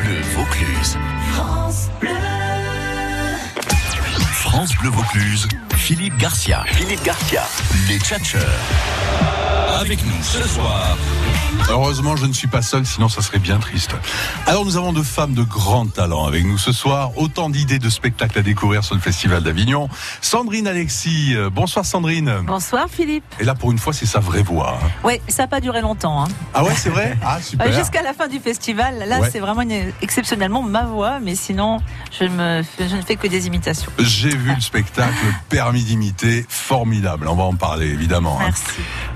Bleu Vaucluse. France Bleu. France Bleu Vaucluse. Philippe Garcia. Philippe Garcia. Les Tchatcheurs. Avec nous ce soir. Heureusement, je ne suis pas seul, sinon ça serait bien triste. Alors, nous avons deux femmes de grand talent avec nous ce soir. Autant d'idées de spectacles à découvrir sur le Festival d'Avignon. Sandrine Alexis. Euh, Bonsoir, Sandrine. Bonsoir Philippe. Et là, pour une fois, c'est sa vraie voix. hein. Ouais, ça n'a pas duré longtemps. hein. Ah ouais, c'est vrai Ah, super. Euh, Jusqu'à la fin du festival, là Ouais. c'est vraiment une- exceptionnellement ma voix, mais sinon je, me, fais- je ne fais que des imitations. J'ai vu le spectacle Permis d'imiter, formidable. On va en parler évidemment. hein. Merci.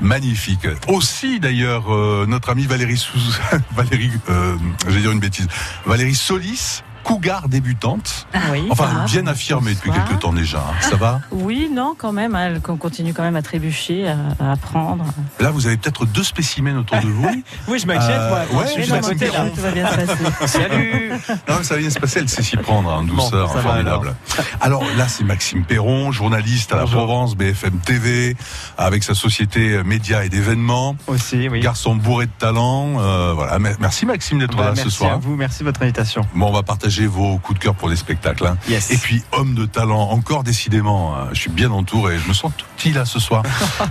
Magnifique. Aussi d'ailleurs euh, notre amie Valérie Sous Valérie euh, j'ai dire une bêtise. Valérie Solis, cougar débutante. Ah Oui, ça Enfin va. bien affirmée depuis Bonsoir. quelques temps déjà. hein. Ça va Oui, non, quand même, hein, on continue quand même à trébucher, à, à apprendre. Là vous avez peut-être deux spécimens autour de vous. Oui, je m'inquiète, Euh, moi. ouais, je suis mais juste non, à mais côté, là. bien. tout va bien se passer. Salut Non, mais ça va bien se passer, elle sait s'y prendre hein, en douceur, ça va, formidable. alors. là c'est Maxime Perron, journaliste à la Bonjour. Provence BFM TV avec sa société euh, médias et d'événements. Aussi, oui. Garçon bourré de talent, euh, voilà. Me- Merci Maxime d'être Bah, là merci ce soir. à vous, merci de votre invitation. Bon, on va partager vos coups de cœur pour les spectacles. hein. Yes. Et puis, homme de talent, encore décidément, hein, je suis bien entouré, je me sens tout petit là ce soir.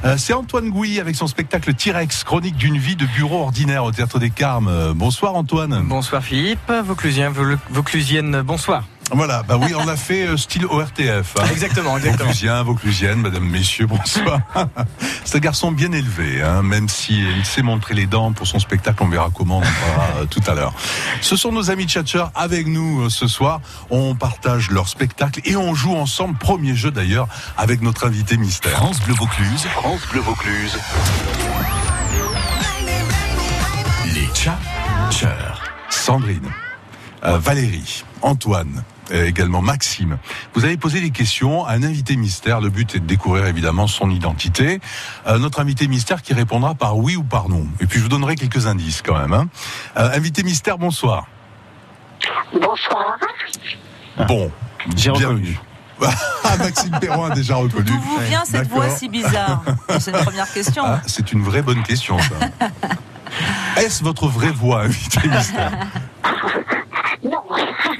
Euh, C'est Antoine Gouy avec son spectacle T-Rex, chronique d'une vie de bureau ordinaire au Théâtre des Carmes. Euh, Bonsoir Antoine. Bonsoir Philippe, Vauclusien, Vau- Vauclusienne, bonsoir. Voilà, bah oui, on l'a fait euh, style ORTF. hein. Exactement, exactement. Vauclusien, Vauclusienne, mesdames, messieurs, bonsoir. C'est un garçon bien élevé, hein, même si il sait montrer les dents pour son spectacle, on verra comment on en parlera, euh, tout à l'heure. Ce sont nos amis tchatcheurs avec nous euh, ce soir. On partage leur spectacle et on joue ensemble, premier jeu d'ailleurs, avec notre invité mystère. France Bleu Vaucluse. France Bleu Vaucluse. Les Tchatcheurs. Sandrine, euh, Valérie, Antoine. Et également Maxime. Vous avez posé des questions à un invité mystère. Le but est de découvrir évidemment son identité. Euh, notre invité mystère qui répondra par oui ou par non. Et puis je vous donnerai quelques indices quand même. hein. Euh, invité mystère, bonsoir. Ah. Bonsoir. Bon, J'ai bienvenue. Ah, Maxime Perron a déjà reconnu. D'où vous vient cette D'accord. voix si bizarre C'est une première question. Ah, c'est une vraie bonne question. ça. Est-ce votre vraie voix, invité mystère Non.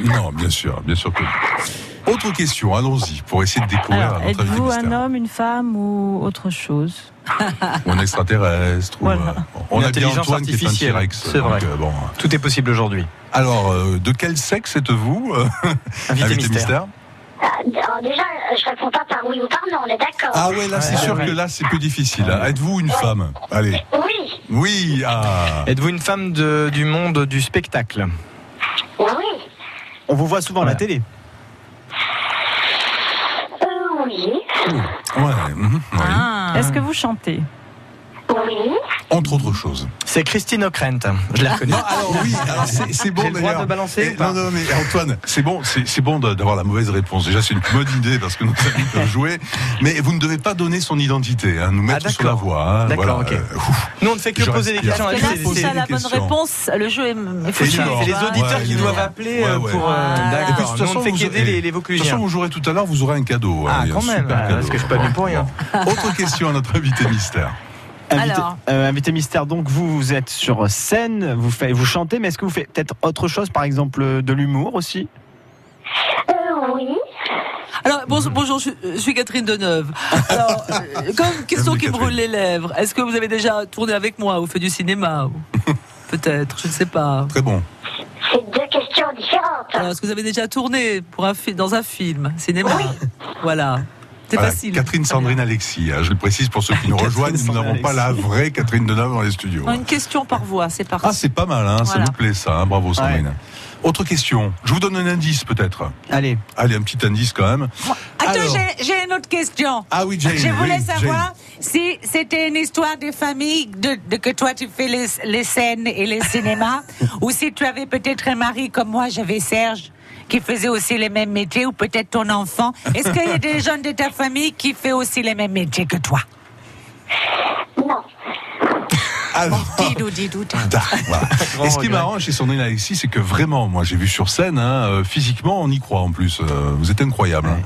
Non, bien sûr, bien sûr que non. Autre question, allons-y, pour essayer de découvrir Alors, notre invité êtes-vous un mystère. homme, une femme ou autre chose Ah. Ou un extraterrestre. ou, Voilà. euh, on Une a bien intelligence Antoine qui est un artificielle, T-Rex. c'est donc, vrai. euh, bon. Tout est possible aujourd'hui. Alors, euh, de quel sexe êtes-vous, euh, Invité, mystère. Alors déjà, je réponds pas par oui ou par non, on est d'accord. Ah ouais, là, c'est Ouais, sûr ouais. que là, c'est plus difficile. hein. Êtes-vous une femme Allez. Oui, Oui, ah. Êtes-vous une femme de- du monde du spectacle oui, On vous voit souvent à la télé. euh, oui, Ouais, mhm, oui. Ah. Est-ce que vous chantez oui. Entre autres choses. C'est Christine O'Krent. Je la reconnais. Non, alors oui, alors c'est c'est bon J'ai le droit d'ailleurs. de balancer Eh, ou pas non, non, mais Antoine, c'est bon, c'est c'est bon d'a- d'avoir la mauvaise réponse. Déjà, c'est une bonne idée parce que nos amis peuvent jouer. Mais vous ne devez pas donner son identité, hein, nous mettre sur la Ah, d'accord. voie. hein, D'accord, voilà. ok. Euh, ouf. Nous, on ne fait que Je poser des respire. questions à Parce Parce que là, j'ai tous si posé t'as des la bonne questions. réponse, le jeu est il faut C'est Et que les tu alors, le les fasses. auditeurs Ouais, qui ouais. doivent appeler euh, Ouais, ouais. pour. euh, Ah. Et puis, de D'accord. toute Nous, on façon, ne fait vous- qu'aider les, les De toute façon, Vauclusiens. vous jouerez tout à l'heure, vous aurez un cadeau. hein, Ah, il y a quand un même, super euh, cadeau. parce que je suis pas venu pour rien. Bon. Autre question à notre invité mystère. Invité, Alors. euh, invité mystère, donc vous, vous êtes sur scène, vous, faites, vous chantez, mais est-ce que vous faites peut-être autre chose, par exemple euh, de l'humour aussi Euh, oui. Alors, bonjour, bonjour je, je suis Catherine Deneuve. Alors, euh, comme question Bienvenue, qui me brûle Catherine. les lèvres, est-ce que vous avez déjà tourné avec moi ou fait du cinéma ou- Peut-être, je ne sais pas. Très bon. C'est deux questions différentes. Alors, est-ce que vous avez déjà tourné pour un fi- dans un film, cinéma Voilà. C'est Voilà, facile. Catherine Sandrine Alexis, hein, je le précise pour ceux qui nous rejoignent, nous Sandrine n'avons pas la Alexis. vraie Catherine Deneuve dans les studios. Une question par voix, c'est parti. Ah, c'est pas mal, hein, ça Voilà. nous plaît ça, hein, bravo Sandrine. Autre question, je vous donne un indice peut-être. Allez, Allez, un petit indice quand même. Attends, Alors. j'ai- j'ai une autre question. Ah oui, Jane. Je voulais oui, savoir si c'était une histoire de famille, de, de que toi tu fais les, les scènes et les cinémas, ou si tu avais peut-être un mari comme moi, j'avais Serge, qui faisait aussi les mêmes métiers, ou peut-être ton enfant. Est-ce qu'il y a des gens de ta famille qui font aussi les mêmes métiers que toi Non. Jane. Alors, Didou, didou, didou. d'accord, Ah, voilà. Et ce qui est marrant chez Sandrine Alexis, c'est que vraiment, moi j'ai vu sur scène, hein, euh, physiquement on y croit en plus, euh, vous êtes incroyable. hein.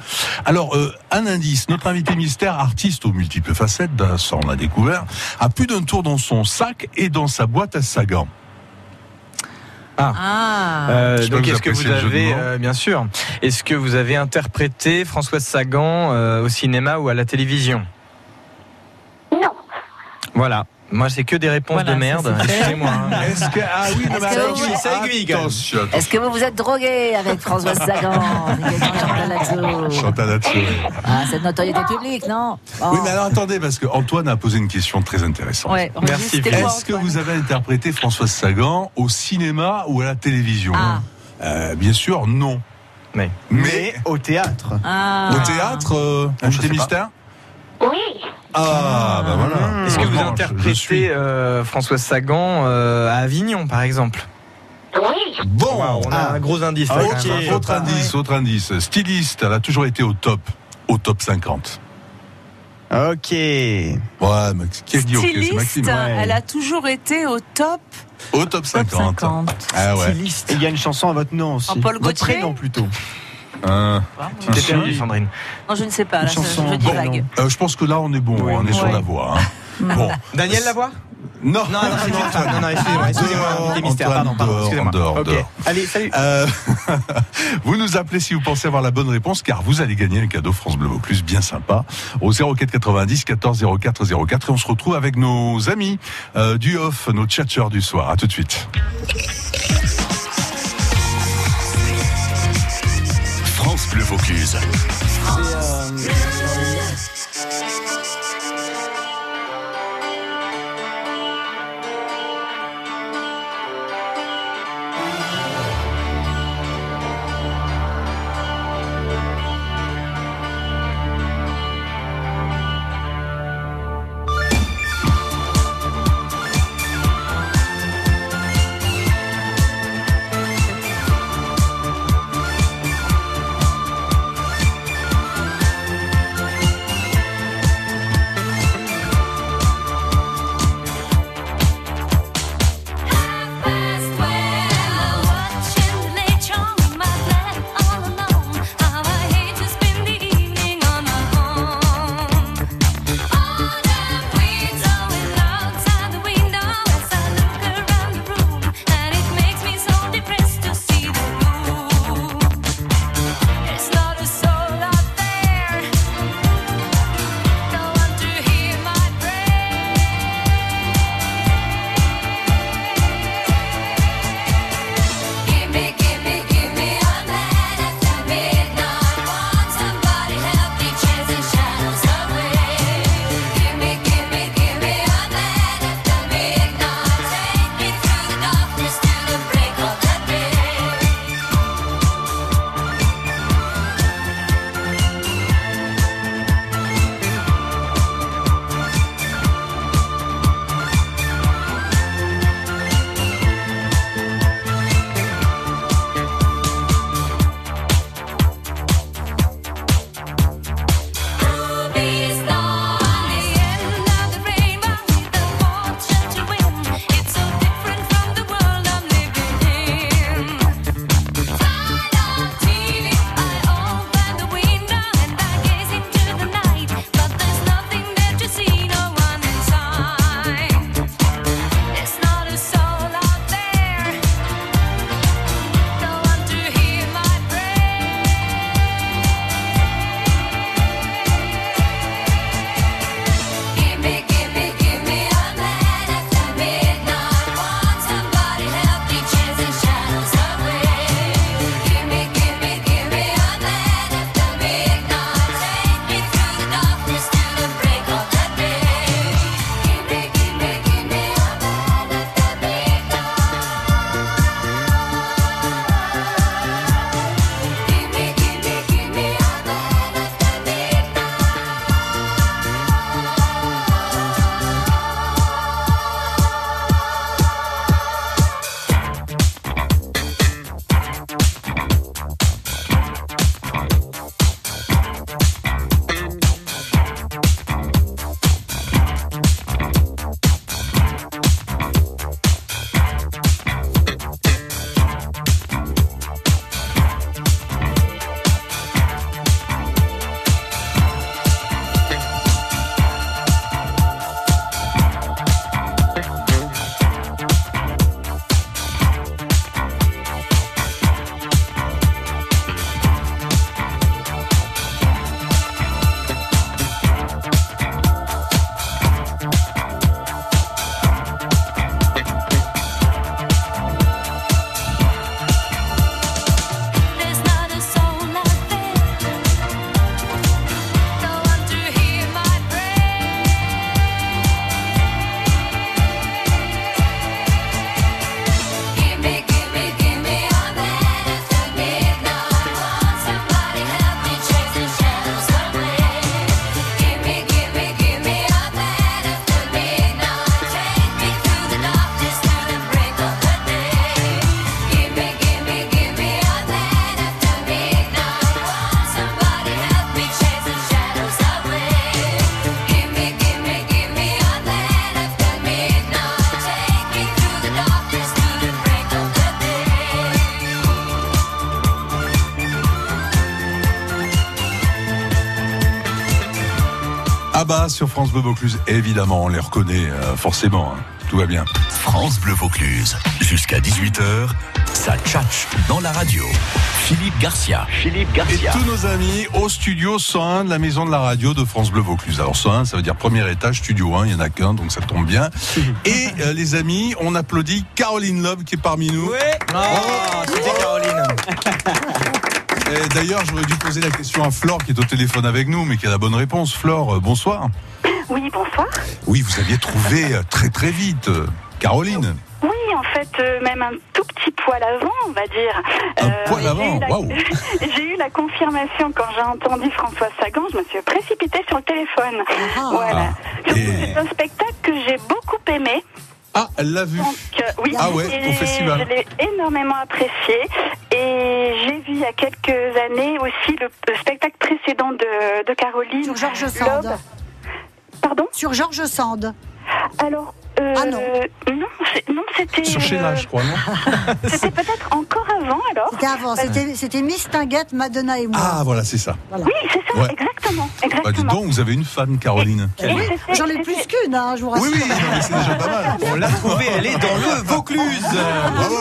Alors, euh, un indice, notre invité mystère, artiste aux multiples facettes, ben, ça on l'a découvert, a plus d'un tour dans son sac et dans sa boîte à sagan. Ah. Euh, Je vois donc que est-ce que vous vous appréciez le jeu de avez, mots. euh, bien sûr, est-ce que vous avez interprété Françoise Sagan euh, au cinéma ou à la télévision Non. Voilà. Moi, c'est que des réponses Voilà, de ça, merde. c'est fait. Excusez-moi. hein. Est-ce que. Ah oui, non, mais que alors, vous- oui, ça aiguille, quand même. Attention, Est-ce que vous vous êtes drogué avec Françoise Sagan avec Chantal Oh. Latsou Chantal là-dessus. Ah, c'est de notoriété publique, non Bon. Oui, mais alors attendez, parce que Antoine a posé une question très intéressante. Oh. Ouais, Régis, Merci, c'était quoi, Est-ce que Antoine vous avez interprété Françoise Sagan au cinéma ou à la télévision Ah. Euh, Bien sûr, non. Mais- Mais au théâtre. Ah. au théâtre, euh, Ah, je invité sais pas. mystère Oui. Ah, bah voilà. Est-ce que vous Franchement, je- je suis- interprétez euh, Françoise Sagan euh, à Avignon, par exemple Oui. Bon, Waouh, On a Ah. un gros indice. là, Ah, quand même, autre, hein. autre indice, autre indice. Styliste, elle a toujours été au top, au top 50. Ah, Ok. Ouais, Max, qui a dit ok, c'est Maxime. Styliste, euh, ouais. elle a toujours été au top. Au top 50. Ah ouais. Et il y a une chanson à votre nom aussi. En Paul Votre Gaultier prénom plutôt. Hein. Tu t'es perdue, Sandrine. Non, je ne sais pas. Une Bah, Là, je, chanson je bon, divague. Euh, je pense que là, on est bon, Oui. on est sur Ouais. la voie. hein. Bon. Daniel Lavoie Non, Non, non, c'est Antoine. Non, non, excusez-moi, excusez-moi, Dehors, invité mystère, Antoine, pardon, pardon, dehors, excusez-moi. dehors, Ok. dehors. Allez, salut. Euh, vous nous appelez si vous pensez avoir la bonne réponse, car vous allez gagner un cadeau France Bleu Vaucluse bien sympa au 04 90 14 04 04 et on se retrouve avec nos amis euh, du off, nos tchatcheurs du soir. À tout de suite. France Bleu Vaucluse. Thank Abba Ah bah, sur France Bleu Vaucluse. Évidemment, on les reconnaît euh, forcément. hein. Tout va bien. France Bleu Vaucluse. Jusqu'à 18h, ça tchatche dans la radio. Philippe Garcia. Philippe Et tous nos amis au studio 101 de la maison de la radio de France Bleu Vaucluse. Alors 101, ça veut dire premier étage, studio 1, il n'y en a qu'un, donc ça tombe bien. Et euh, les amis, on applaudit Caroline Love qui est parmi nous. Oh, c'était Caroline. Et Euh, D'ailleurs, j'aurais dû poser la question à Flore qui est au téléphone avec nous, mais qui a la bonne réponse. Flore, euh, bonsoir. Oui, bonsoir. Oui, vous aviez trouvé euh, très très vite. euh, Caroline, Oui, en fait, euh, même un tout petit poil avant, on va dire. un Euh, poil j'ai avant, eu la- waouh J'ai eu la confirmation quand j'ai entendu François Sagan, je me suis précipitée sur le téléphone. Voilà. Surtout, Ah. Et- C'est un spectacle que j'ai beaucoup aimé. Ah, elle l'a vu Donc, euh, oui, Ah ouais, et au festival. Je l'ai énormément apprécié. Et j'ai vu il y a quelques années aussi le, le spectacle précédent de, de Caroline. Sur Georges L'aube. Sand. Pardon Sur Georges Sand. Alors, euh, Ah non. non, c'est- non, c'était. Sur Sheila, euh, je crois, non C'était peut-être encore avant alors. C'était avant, c'était c'était Miss Tinguette, Madonna et moi. Ah, voilà, c'est ça. Oui, c'est ça, Ouais. exactement. Bah, dis exactement. donc, vous avez une fan, Caroline. Et c'était- Eh J'en ai plus qu'une, hein, je vous Oui, rassure. oui, non, mais c'est déjà pas mal. On l'a trouvée, elle est dans le Vaucluse. Bravo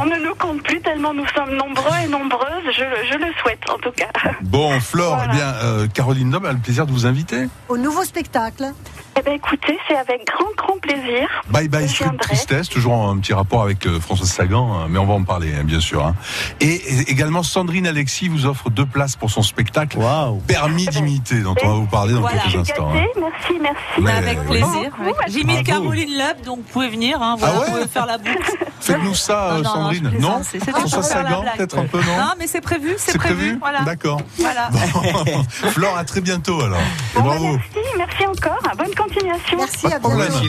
On ne nous compte plus tellement nous sommes nombreux et nombreuses. Je, le- je le souhaite en tout cas. Bon, Flore, eh bien, euh, Caroline Noble a le plaisir de vous inviter. Au nouveau spectacle. Eh bien écoutez, c'est avec grand grand plaisir. Bye bye, Je Sculpte viendrai. Tristesse, toujours un petit rapport avec euh, Françoise Sagan, euh, mais on va en parler, hein, bien sûr. hein. Et, et également, Sandrine Alexis vous offre deux places pour son spectacle Waouh. Permis d'imiter, dont on va vous parler dans Voilà. quelques Gâté, instants. hein. merci, merci. Mais- avec oui. plaisir. Bravo. Avec- J'imite Bravo. Caroline Love, donc vous pouvez venir. Hein, voilà, Ah ouais vous pouvez faire la boucle. Faites-nous ça, Non, euh, non, non, je Sandrine. plaisante, Non c'est- c'était Françoise pour faire la Sagan, blague. peut-être un peu, non Non, mais c'est prévu, c'est C'est prévu, prévu. Voilà. D'accord. voilà. Flore, à très bientôt alors. Eh ben, Bon, Et bah, bravo. merci, merci encore. Bonne continuation. Merci à problème. bientôt.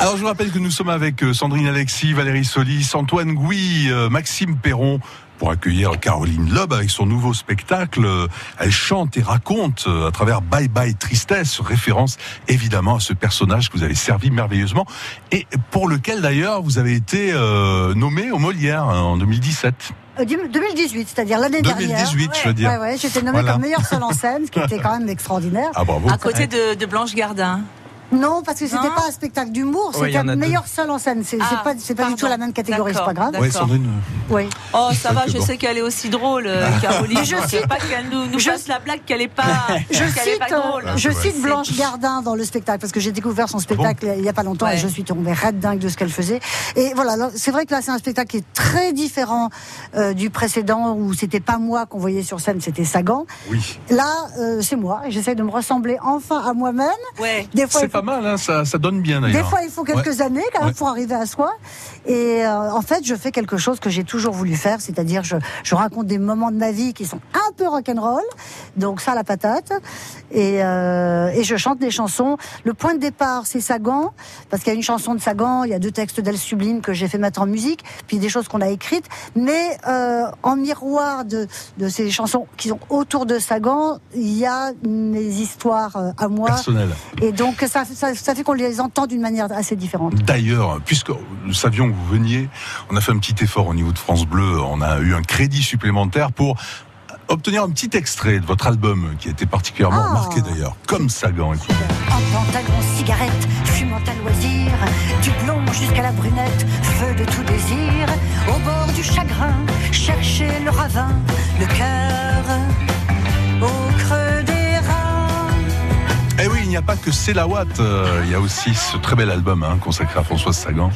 Alors je vous rappelle que nous sommes avec euh, Sandrine Alexis, Valérie Solis, Antoine Gouy, euh, Maxime Perron pour accueillir Caroline Loeb avec son nouveau spectacle. Euh, Elle chante et raconte euh, à travers Bye Bye Tristesse, référence évidemment à ce personnage que vous avez servi merveilleusement et pour lequel d'ailleurs vous avez été euh, nommé au Molière hein, en 2017. Euh, du- 2018, c'est-à-dire l'année dernière. 2018, je veux dire. Ouais, ouais, j'étais nommée Voilà. comme meilleure seule en scène, ce qui était quand même extraordinaire. Ah bravo. À côté de, de Blanche Gardin. Non, parce que c'était Non. pas un spectacle d'humour, Ouais, il y c'était en a deux. meilleure seule en scène. C'est c'est Ah, pas, c'est pas du tout pardon. la même catégorie, c'est D'accord, pas grave. d'accord. Ouais, Sandrine. Oui. Oh, ça C'est va, vrai que je bon. sais qu'elle est aussi drôle, euh, Ah. Caroline. Je sais pas qu'elle nous, nous fasse la blague qu'elle est pas, Je qu'elle est cite, pas euh, drôle. je Ah, c'est cite Blanche Gardin dans le spectacle parce que j'ai découvert Ah son spectacle il y a pas longtemps et Ouais. je suis tombée red dingue de ce qu'elle faisait. Et voilà, alors, c'est vrai que là c'est un spectacle qui est très différent euh, du précédent où c'était pas moi qu'on voyait sur scène, c'était Sagan. Oui. Là, euh, c'est moi et j'essaie de me ressembler enfin à moi-même. Ouais. Des fois, C'est il faut, pas mal, hein, ça, ça donne bien d'ailleurs. des fois, il faut quelques années quand même Ouais. pour arriver à soi. Et euh, en fait, je fais quelque chose que j'ai toujours voulu faire, c'est-à-dire je, je raconte des moments de ma vie qui sont un peu rock'n'roll, donc ça la patate. Et, euh, et je chante des chansons. Le point de départ, c'est Sagan, parce qu'il y a une chanson de Sagan, il y a deux textes d'El Sublime que j'ai fait mettre en musique, puis des choses qu'on a écrites. Mais euh, en miroir de, de ces chansons qui sont autour de Sagan, il y a mes histoires euh, à moi. Personnel. Et donc, ça, ça, ça fait qu'on les entend d'une manière assez différente. D'ailleurs, puisque nous savions que vous veniez, on a fait un petit effort au niveau de France Bleu. On a eu un crédit supplémentaire pour obtenir un petit extrait de votre album qui a été particulièrement Ah. remarqué d'ailleurs, comme Sagan. et tout. En pantalon, cigarette, fumant à loisir, du blond jusqu'à la brunette, feu de tout désir, au bord du chagrin, chercher le ravin, le cœur au creux des reins. Eh oui, il n'y a pas que C'est la Watt, euh, il y a aussi ce très bel album hein, consacré à Françoise Sagan.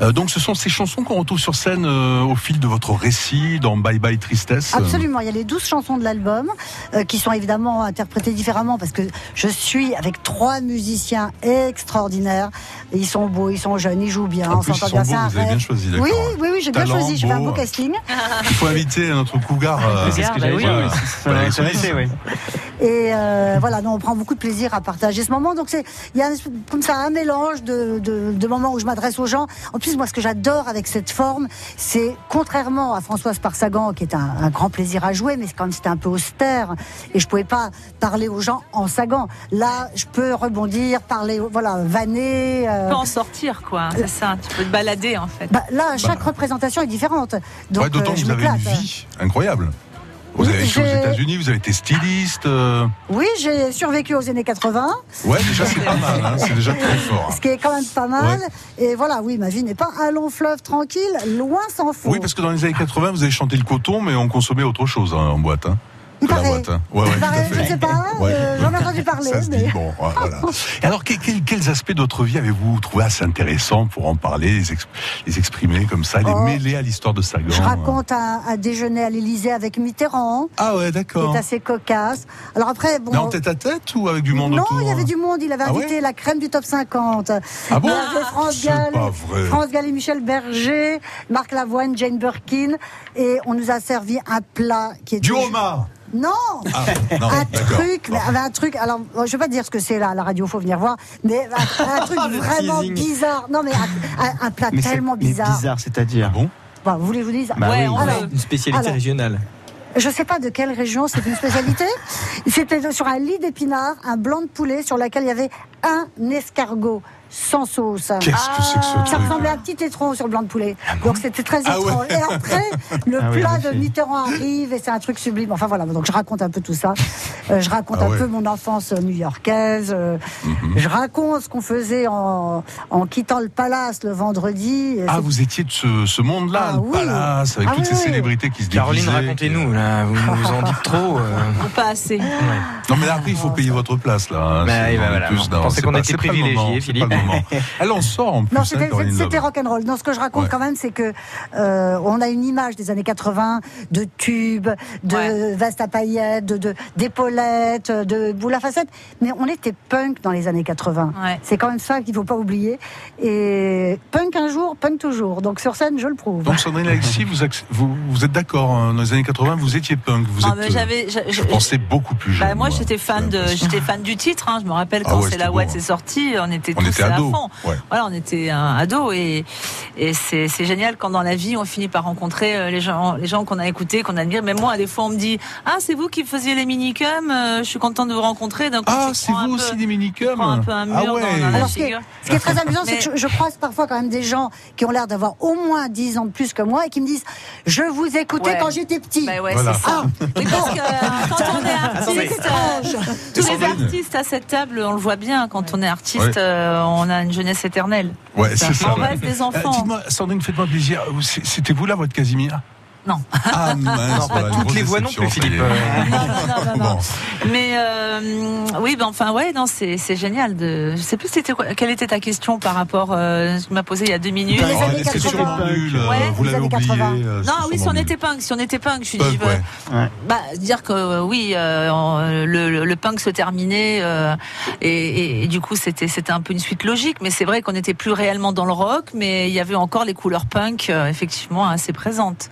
Euh, donc ce sont ces chansons qu'on retrouve sur scène euh, au fil de votre récit dans Bye Bye Tristesse. Absolument, il y a les 12 chansons de l'album euh, qui sont évidemment interprétées différemment parce que je suis avec trois musiciens extraordinaires. Ils sont beaux, ils sont jeunes, ils jouent bien, En on plus, ils s'entend sont bien, c'est beaux, un vous avez bien rêve. choisi, d'accord. Oui, oui, oui, j'ai bien Talent, choisi, j'ai fait un beau. beau casting. Il faut inviter notre cougar. euh, C'est ce que bah j'allais oui. dire. Ouais, oui. Ça Valérie m'a Solis. intéressé, oui. Et euh, voilà, non, on prend beaucoup de plaisir à partager ce moment. Donc c'est, il y a un esp- comme ça un mélange de, de, de moments où je m'adresse aux gens. En plus, moi, ce que j'adore avec cette forme, c'est contrairement à Françoise Parsagan, qui est un, un grand plaisir à jouer, mais c'est quand même c'était un peu austère et je pouvais pas parler aux gens en Sagan. Là, je peux rebondir, parler, voilà, vanner. euh, On peut en sortir, quoi. C'est ça, tu peux te balader, hein. en fait. bah, là, chaque représentation est différente. Donc Bah. ouais, D'autant euh, que je vous avez une m'éclate. vie incroyable. Vous avez été aux j'ai- États-Unis, vous avez été styliste. euh, Oui, j'ai survécu aux années 80, Ouais, déjà c'est pas mal, hein, c'est déjà très fort. ce qui est quand même pas mal. Et voilà, oui, ma vie n'est pas un long fleuve tranquille, loin s'en faut. Oui, parce que dans les années 80, vous avez chanté le coton, mais on consommait autre chose hein, en boîte. Hein, que la boîte. hein. Ouais, ouais, tout à Je fait. ne sais pas, Ouais. euh, j'en ai entendu parler. Ça se dit, mais- bon, ah, voilà. Et alors, que- que- quels aspects de votre vie avez-vous trouvé assez intéressants pour en parler, les, ex- les exprimer comme ça, les Oh. mêler à l'histoire de Sagan hein Je raconte un, un déjeuner à l'Elysée avec Mitterrand. Ah ouais, Qui d'accord. est assez cocasse. Alors après, bon. Mais en tête à tête ou avec du monde non, autour il y avait du monde. Il avait Ah invité ouais la crème du top 50. Ah il bon y avait France C'est Gall, pas vrai. France Gall et Michel Berger, Marc Lavoine, Jane Birkin. Et on nous a servi un plat qui est. Du homard Non Ah, non, Un d'accord. truc, mais un truc. Alors, bon, je vais pas dire ce que c'est là, à la radio, faut venir voir. Mais un, un truc Le vraiment teasing. bizarre. Non, mais un, un- un plat Mais c'est- tellement mais bizarre. bizarre, c'est-à-dire. bon Bah, vous voulez vous dire Bah oui, Alors, une spécialité alors, régionale. je sais pas de quelle région, c'est une spécialité. C'était sur un lit d'épinards, un blanc de poulet sur lequel il y avait un escargot sans sauce. Ah. Qu'est-ce que c'est que ce Ça truc ressemblait à un petit étron sur le blanc de poulet. Donc c'était très Ah étrange. ouais. Et après, le Ah oui, plat en de effet. Mitterrand arrive et c'est un truc sublime. Enfin voilà, donc je raconte un peu tout ça. Euh, je raconte Ah un ouais. Mhm. peu mon enfance new-yorkaise. Euh, Je raconte ce qu'on faisait en, en quittant le palace le vendredi. Et Ah, c'est- vous étiez de ce, ce monde-là, Ah le oui. palace, avec Ah toutes oui, ces oui. célébrités qui se Caroline, déguisaient. euh, racontez-nous, là, vous nous en dites trop. euh. Pas assez. Non, mais là, après, il faut payer votre place, là. hein. Bah, C'est- et bah, en voilà, plus, on non, pensait c'est qu'on pas- était c'est pas le privilégiés, moment, Philippe. c'est pas le moment. Elle en sort, en plus, Non, hein, c'était Caroline c'était Loeb. rock'n'roll. Non, ce que je raconte Ouais. quand même, c'est que euh, on a une image des années 80 de tubes, de vestes à paillettes, de- de- d'épaulettes, de, boules à facettes. Mais on était punk dans les années 80. Ouais. C'est quand même ça qu'il faut pas oublier. Et punk un jour, punk toujours. Donc sur scène, je le prouve. Donc, Sandrine Alexis, vous, acc- vous, vous êtes d'accord, hein, dans les années 80, vous étiez punk, vous Ah, êtes... mais euh, j'avais- j'a- Je j'a- pensais beaucoup plus jeune. Bah, moi, j'étais fan de, l'impression. j'étais fan du titre. hein. Je me rappelle Ah quand ouais, C'est c'était la beau, Watt hein. est sortie, on était On tous était à ados. fond. ouais. Voilà, on était un ado et, et c'est c'est génial quand dans la vie on finit par rencontrer euh, les gens, les gens qu'on a écoutés, qu'on admire. Même moi, des fois, on me dit Ah, c'est vous qui faisiez les minicums, euh, je suis contente de vous rencontrer. Donc, Ah, tu c'est prends un vous peu- aussi des tu minicums prends un peu un mur Ah ouais dans, dans la Alors, ce qui est- figure. Ce qui est très amusant, c'est Mais- que je, je croise parfois quand même des gens qui ont l'air d'avoir au moins 10 ans de plus que moi et qui me disent Je vous écoutais Ouais. quand j'étais petit. Ah. Bah ouais, Voilà. c'est ça. Mais parce que euh, quand on est artiste, euh, tous les Sandrine. artistes à cette table, on le voit bien. Quand on est artiste, Ouais. euh, on a une jeunesse éternelle. Ouais, c'est ça. On reste des Euh, enfants. Dites-moi, Sandrine, faites-moi plaisir. Vous- c'est- C'était vous là, votre Casimir Non. Ah, mince, voilà, une toutes les grosse voix non déception, plus, ça y est. Philippe. Euh, Ah, non, non, non, non. Bon. Mais euh, oui, ben enfin ouais, non, c'est c'est génial. De, je sais plus c'était quoi, quelle était ta question par rapport. Euh, tu m'as posé il y a deux minutes. Les Oh, années la question 80. nulle, euh, Ouais, vous les l'avez années oublié. 80. euh, Non, c'est oui, si on sûrement était punk, si on était punk, je suis nul. dit, Punk, ouais. bah, dire que euh, oui, euh, en- le, le- le punk se terminait euh, et, et- et du coup c'était c'était un peu une suite logique, mais c'est vrai qu'on n'était plus réellement dans le rock, mais il y avait encore les couleurs punk euh, effectivement assez présentes.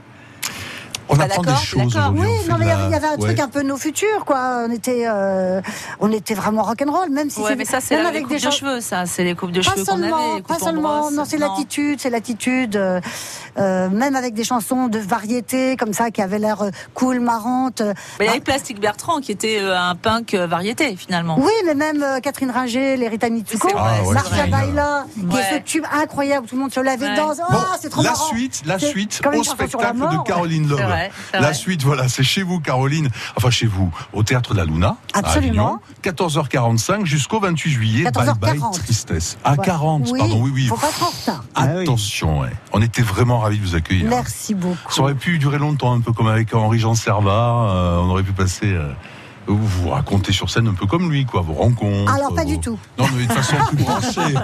On Bah, apprend des d'accord, choses d'accord. aujourd'hui. Oui, on fait non, mais il y de avait- il y la- avait un ouais. truc un peu nos futurs, quoi. On était, euh, on était vraiment rock'n'roll, même si ouais, mais ça c'est même la- les coupes de gens- cheveux, ça, c'est les coupes de Pas cheveux qu'on seulement, avait. les pas coupes en seulement. brosse, Non, c'est l'attitude, c'est l'attitude. euh, euh, même avec des chansons de variété comme ça qui avaient l'air euh, cool, marrantes. euh, Mais il y bah, avait Plastic Bertrand qui était euh, un punk euh, variété finalement. oui, mais même euh, Catherine Ringer, les Rita Mitsuko, C'est vrai, Ah ouais, Marcia c'est vrai. Baila, qui est Ouais. ce tube incroyable, tout le monde se lave et Ouais. danse. Oh, Bon, c'est trop la marrant. suite, la C'est suite quand même au une chanson sur la spectacle de mort. Caroline Loeb. C'est vrai, c'est La vrai. suite, voilà, c'est chez vous, Caroline. Enfin, chez vous, au Théâtre de la Luna. Absolument. À Avignon, 14h45 jusqu'au 28 juillet. Bye bye 14h40. tristesse. À Ouais. 40, pardon, oui, oui. Faut pas être en retard. Attention, ouais. on était vraiment ravis de vous accueillir. Merci beaucoup. Ça aurait pu durer longtemps, un peu comme avec Henri-Jean Servat. euh, on aurait pu passer. euh, vous vous racontez sur scène un peu comme lui, quoi, vos rencontres. Alors, pas vos- du tout. Non, mais de façon plus branchée.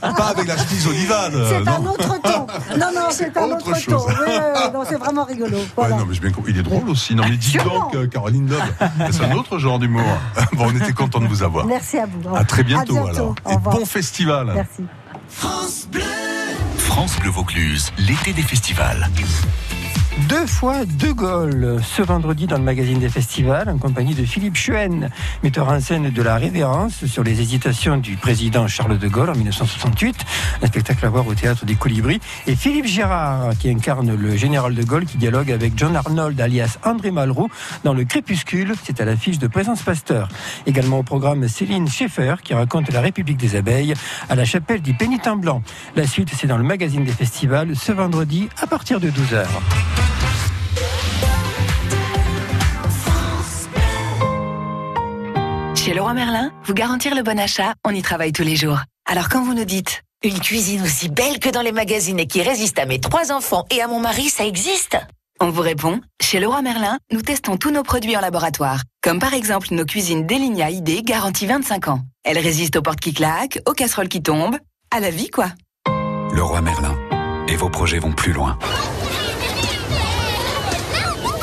pas avec la chemise olivade. euh, C'est non. un autre ton. Non, non, c'est un Autre autre, chose. ton. Oui, oui, non, c'est vraiment rigolo. Voilà. Ouais, non, mais j'ai bien compris. Il est drôle aussi. Non, mais dis Sûrement. donc, euh, Caroline Loeb, c'est un autre genre d'humour. bon, on était content de vous avoir. Merci à vous. bah. À très bientôt, À bientôt. alors. Au Et revoir. bon festival. Merci. France Bleu Vaucluse, l'été des festivals. Deux fois De Gaulle, ce vendredi dans le magazine des festivals, en compagnie de Philippe Chuen, metteur en scène de la révérence sur les hésitations du président Charles De Gaulle en 1968, un spectacle à voir au théâtre des Colibris, et Philippe Gérard, qui incarne le général De Gaulle, qui dialogue avec John Arnold, alias André Malraux, dans Le Crépuscule, c'est à l'affiche de Présence Pasteur. Également au programme Céline Schaeffer, qui raconte la République des abeilles à la chapelle du Pénitent Blanc. La suite, c'est dans le magazine des festivals, ce vendredi à partir de 12h. Chez Leroy Merlin, vous garantir le bon achat, on y travaille tous les jours. Alors quand vous nous dites Une cuisine aussi belle que dans les magazines et qui résiste à mes trois enfants et à mon mari, ça existe On vous répond, chez Leroy Merlin, nous testons tous nos produits en laboratoire, comme par exemple nos cuisines Delinia ID garantie 25 ans. Elles résistent aux portes qui claquent, aux casseroles qui tombent, à la vie quoi. Le roi Merlin. Et vos projets vont plus loin.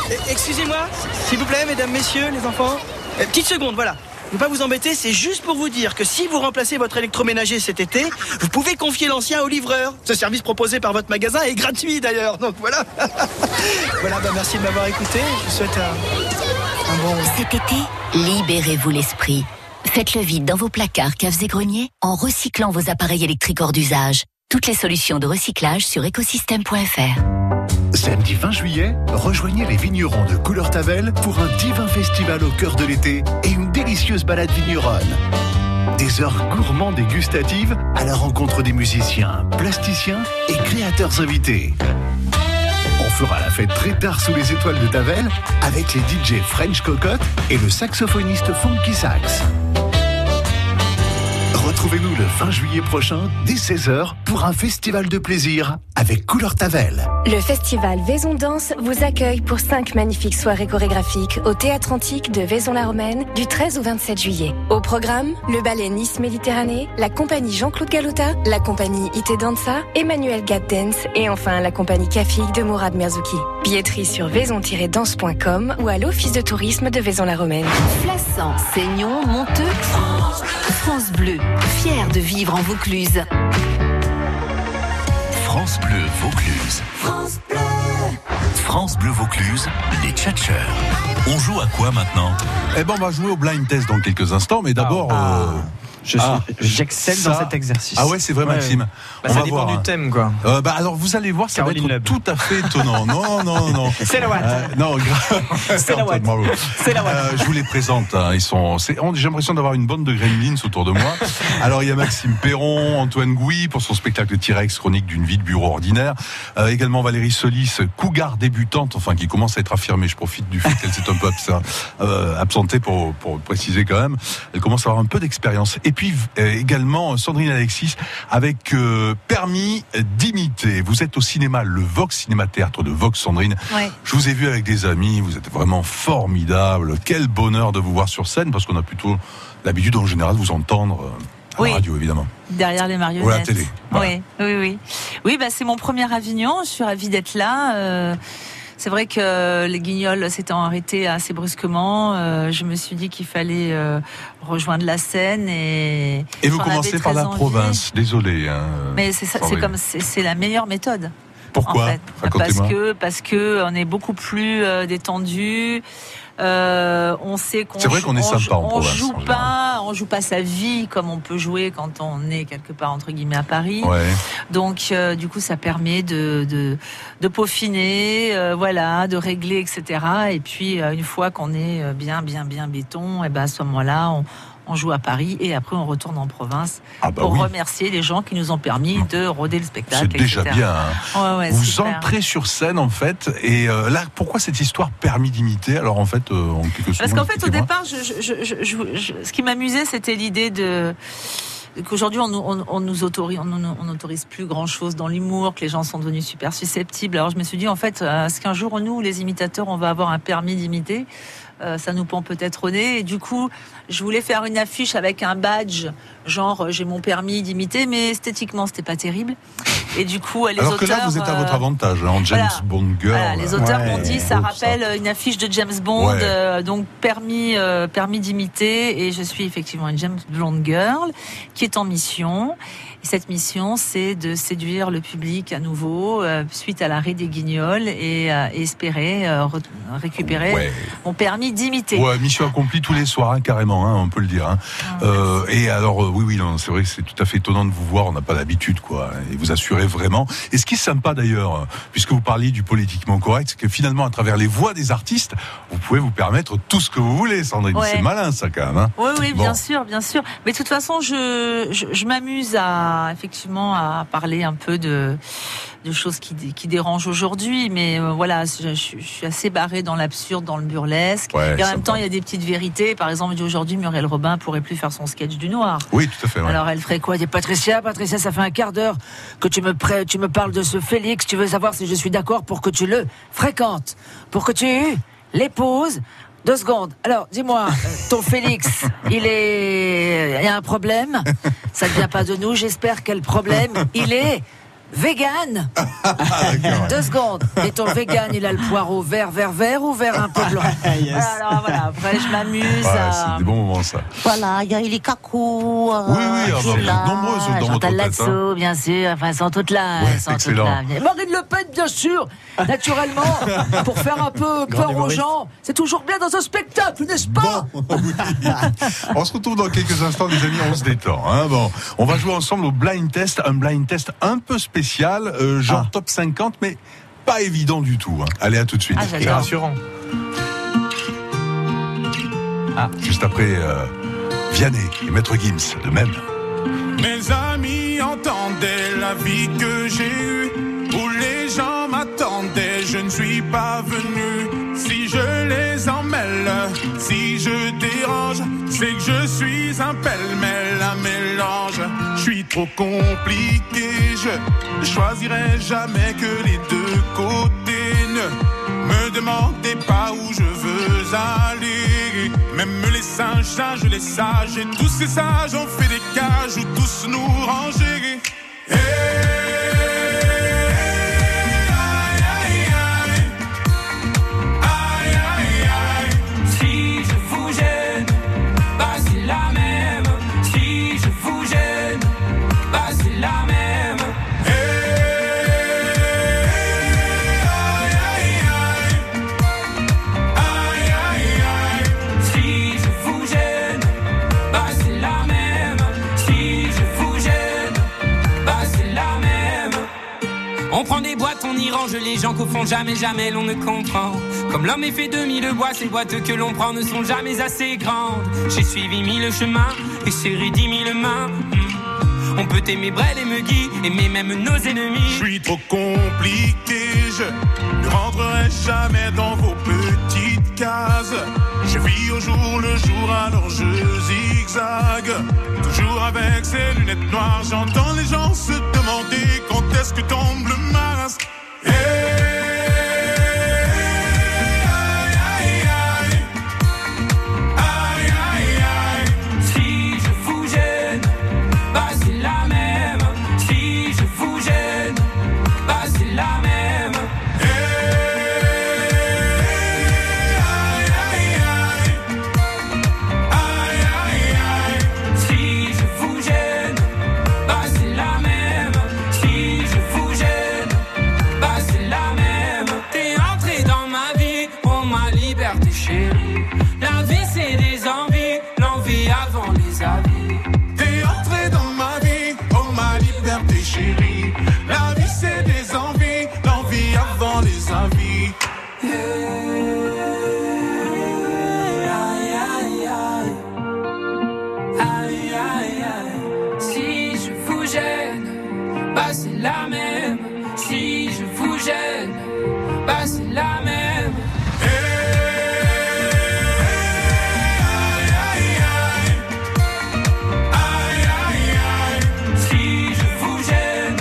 Eh, Excusez-moi, s'il vous plaît, mesdames, messieurs, les enfants. Euh, petite seconde, voilà. Ne pas vous embêter, c'est juste pour vous dire que si vous remplacez votre électroménager cet été, vous pouvez confier l'ancien au livreur. Ce service proposé par votre magasin est gratuit d'ailleurs, donc voilà. voilà, bah, merci de m'avoir écouté. Je vous souhaite un, un bon. Cet été, libérez-vous l'esprit. Faites le vide dans vos placards, caves et greniers en recyclant vos appareils électriques hors d'usage. Toutes les solutions de recyclage sur écosystème.fr. Samedi 20 juillet, rejoignez les vignerons de Couleur Tavel pour un divin festival au cœur de l'été et une délicieuse balade vigneronne. Des heures gourmandes et gustatives à la rencontre des musiciens, plasticiens et créateurs invités. On fera la fête très tard sous les étoiles de Tavel avec les DJ French Cocotte et le saxophoniste Funky Sax. Retrouvez-nous le 20 juillet prochain, dès 16h, pour un festival de plaisir avec Couleur Tavel. Le festival Vaison Danse vous accueille pour cinq magnifiques soirées chorégraphiques au Théâtre Antique de Vaison-la-Romaine du 13 au 27 juillet. Au programme, le ballet Nice Méditerranée, la compagnie Jean-Claude Galota, la compagnie Ité Danza, Emmanuel Gap Dance et enfin la compagnie Cafig de Mourad Merzouki. Billetterie sur vaison-danse.com ou à l'office de tourisme de Vaison-la-Romaine. Flassan, Seignon, Monteux, France Bleu, fier de vivre en Vaucluse. France Bleu Vaucluse. France Bleu. France Bleu Vaucluse, les tchatcheurs. On joue à quoi maintenant Eh ben, on va jouer au blind test dans quelques instants, mais d'abord. Ah. euh, Je suis- j'excelle dans cet exercice. Ah ouais, c'est vrai, Ouais. Maxime. Bah, ça dépend du thème, quoi. bah, alors, vous allez voir, ça va être tout à fait étonnant. non, non, non. C'est la Watt. Euh, non, grave. C'est la Watt. Bravo. C'est la Watt. Euh, je vous les présente. hein, Ils sont. c'est- on- J'ai l'impression d'avoir une bande de gremlins autour de moi. Alors il y a Maxime Perron, Antoine Gouy pour son spectacle T-Rex, chronique d'une vie de bureau ordinaire. Euh, également Valérie Solis, cougar débutante, enfin qui commence à être affirmée. Je profite du fait qu'elle s'est un peu absa- euh, absentée pour, pour préciser quand même. Elle commence à avoir un peu d'expérience. Et puis euh, également Sandrine Alexis avec euh, permis d'imiter. Vous êtes au cinéma, le Vox Cinéma Théâtre de Vox Sandrine. Ouais. Je vous ai vu avec des amis, vous êtes vraiment formidable. Quel bonheur de vous voir sur scène, parce qu'on a plutôt l'habitude en général de vous entendre euh, à Oui. la radio, évidemment. Derrière les marionnettes. Ou à la télé, Oui, oui, oui. Oui, bah, c'est mon premier Avignon. Je suis ravie d'être là. Euh, c'est vrai que les guignols s'étant arrêtés assez brusquement, euh, je me suis dit qu'il fallait euh, rejoindre la Seine et. Et vous j'en avais commencez par très la envie. province, désolé. hein, Mais c'est ça, c'est Sandrine. comme c'est c'est la meilleure méthode. Pourquoi en fait. Parce Racontez-moi. que parce que on est beaucoup plus euh, détendu. Euh, on sait qu'on C'est vrai joue- qu'on est on, sympa hein, joue- en on province, joue en pas, on joue pas sa vie comme on peut jouer quand on est quelque part entre guillemets à Paris. Ouais. Donc euh, du coup ça permet de de, de peaufiner, euh, voilà, de régler etc. Et puis euh, une fois qu'on est euh, bien bien bien béton, et ben à ce moment-là on on joue à Paris et après on retourne en province bah pour oui. Mmh. remercier les gens qui nous ont permis de roder le spectacle. C'est déjà etc.. bien. hein. Ouais, ouais, vous super. entrez sur scène, en fait, et euh, là, pourquoi cette histoire permis d'imiter Alors, en fait, euh, en quelque Parce sorte. qu'en fait, au départ, je, je- je- je- je- je- ce qui m'amusait, c'était l'idée de qu'aujourd'hui on, nous- on, on nous autorise, on, nous- on n'autorise plus grand chose dans l'humour, que les gens sont devenus super susceptibles. Alors je me suis dit, en fait, euh, est-ce qu'un jour nous, les imitateurs, on va avoir un permis d'imiter Euh, ça nous pend peut-être au nez. Et du coup, je voulais faire une affiche avec un badge, genre euh, j'ai mon permis d'imiter, mais esthétiquement, c'était pas terrible. Et du coup, euh, les Alors que auteurs. là, vous êtes à votre euh, avantage, hein, en James voilà. Bond Girl. voilà, les auteurs Ouais. m'ont dit ça rappelle une affiche de James Bond, Ouais. euh, donc permis, euh, permis d'imiter. Et je suis effectivement une James Bond girl qui est en mission. Et cette mission, c'est de séduire le public à nouveau euh, suite à l'arrêt des guignols et, euh, et espérer euh, re- récupérer Ouais. mon permis d'imiter. Ouais, mission accomplie tous les soirs, hein, carrément, hein, on peut le dire. hein. Ah. Euh, et alors, euh, oui, oui, non, c'est vrai, que c'est tout à fait étonnant de vous voir, on n'a pas l'habitude, quoi. Et vous assurez vraiment. Et ce qui est sympa d'ailleurs, euh, puisque vous parliez du politiquement correct, c'est que finalement, à travers les voix des artistes, vous pouvez vous permettre tout ce que vous voulez, Sandrine. Ouais. C'est malin, ça, quand même. hein. Oui, oui, bien Bon. sûr, bien sûr. Mais de toute façon, je, je, je m'amuse à effectivement à parler un peu de, de choses qui, dé- qui dérangent aujourd'hui. Mais euh, voilà, je, je- je suis assez barrée dans l'absurde, dans le burlesque. Ouais, et en même sympa. temps, il y a des petites vérités. Par exemple, aujourd'hui, Muriel Robin pourrait plus faire son sketch du noir. Oui, tout à fait. ouais. Alors elle ferait quoi Elle dit, Patricia, Patricia, ça fait un quart d'heure que tu me, prêt- tu me parles de ce Félix. Tu veux savoir si je suis d'accord pour que tu le fréquentes, pour que tu l'épouses. Deux secondes. Alors, dis-moi, euh, ton Félix, il est, euh, il y a un problème. Ça ne vient pas de nous. J'espère quel problème. Il est vegan. Ah, Deux secondes. Et ton vegan, il a le poireau vert, vert, vert ou vert un peu blanc. Alors voilà, après, je m'amuse. Ouais, à- c'est des bons moments, ça. Voilà, il y a Eli Kaku, euh, Oui, oui, ah, bah, vous êtes Gila, nombreuses dans votre Chantal tête, Lasso, hein. bien sûr, enfin, elles sont toutes là, elles sont excellent. toutes là. Marine Le Pen, bien sûr, naturellement, pour faire un peu peur aux humoriste. gens, c'est toujours bien dans un spectacle, n'est-ce pas On se retrouve dans quelques instants, les amis, on se détend. hein. Bon, on va jouer ensemble au blind test, un blind test un peu spécial, euh, genre Ah. top 50, mais pas évident du tout. hein. Allez, à tout de suite. Ah, j'adore. C'est rassurant. Ah. Juste après euh, Vianney et Maître Gims, de même. Mes amis entendaient la vie que j'ai eue, où les gens m'attendaient, je ne suis pas venu. Si je les emmêle, si je dérange, c'est que je suis un pêle-mêle, un mélange. Je suis trop compliqué, je choisirai jamais que les deux côtés. Ne me demandez pas où je veux aller. Même les singes, singes, les sages, et tous ces sages ont fait des cages où tous nous ranger. Eh, Hey, aïe, aïe, aïe. Aïe, aïe, aïe. Si je vous gêne, bah c'est la même. Si je vous gêne, bah c'est la même. Aïe, aïe, aïe. Aïe, aïe, aïe. Si je vous gêne, bah c'est la même. Si je vous gêne, bah c'est la même. On prend des boîtes, on y range les gens qu'au fond jamais, jamais l'on ne comprend. Comme l'homme est fait de mille bois, ces boîtes que l'on prend ne sont jamais assez grandes. J'ai suivi mille chemins et serré dix mille mains. Hmm. On peut aimer Brel et Muggy, aimer même nos ennemis. Je suis trop compliqué, je ne rentrerai jamais dans vos petites cases. Je vis au jour le jour, alors je zigzague. Toujours avec ces lunettes noires, j'entends les gens se demander quand est-ce que tombe le masque. Eh, Hey, eh, aïe, aïe, aïe. Aïe, aïe, aïe. Si je vous gêne, bah c'est la même. Si je vous gêne, bah c'est la même. Aïe, aïe, aïe. Si je vous gêne, bah c'est la même. Si je vous gêne, bah c'est la même. T'es entré dans ma vie, oh ma liberté chérie. La vie c'est des envies, l'envie avant les avis. T'es entré dans ma vie, oh ma liberté chérie. La vie c'est des envies, l'envie avant les envies. Aïe, aïe, aïe. Aïe, aïe, aïe. Si je vous gêne, bah c'est la même. Si je vous gêne, bah c'est la même. Aïe, aïe, aïe. Si je vous gêne,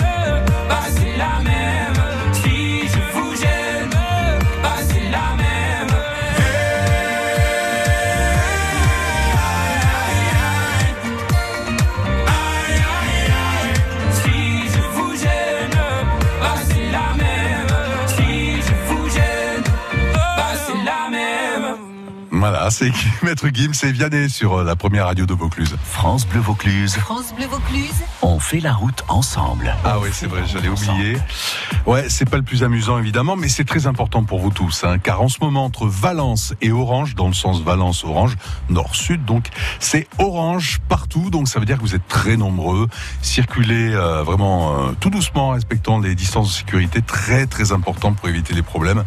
bah c'est la même. Si je vous gêne, bah c'est la même. Si je vous gêne, bah c'est la même. Si je vous gêne, bah c'est la même. Voilà, c'est Maître Gims et Vianney sur euh, la première radio de Vaucluse. France Bleu Vaucluse. France Bleu Vaucluse. On fait la route ensemble. Ah oui, c'est vrai, j'allais oublier. Ouais, c'est pas le plus amusant évidemment, mais c'est très important pour vous tous, hein, car en ce moment entre Valence et Orange, dans le sens Valence-Orange, nord-sud, donc c'est orange partout, donc ça veut dire que vous êtes très nombreux, circulez euh, vraiment euh, tout doucement, respectant les distances de sécurité, très très important pour éviter les problèmes.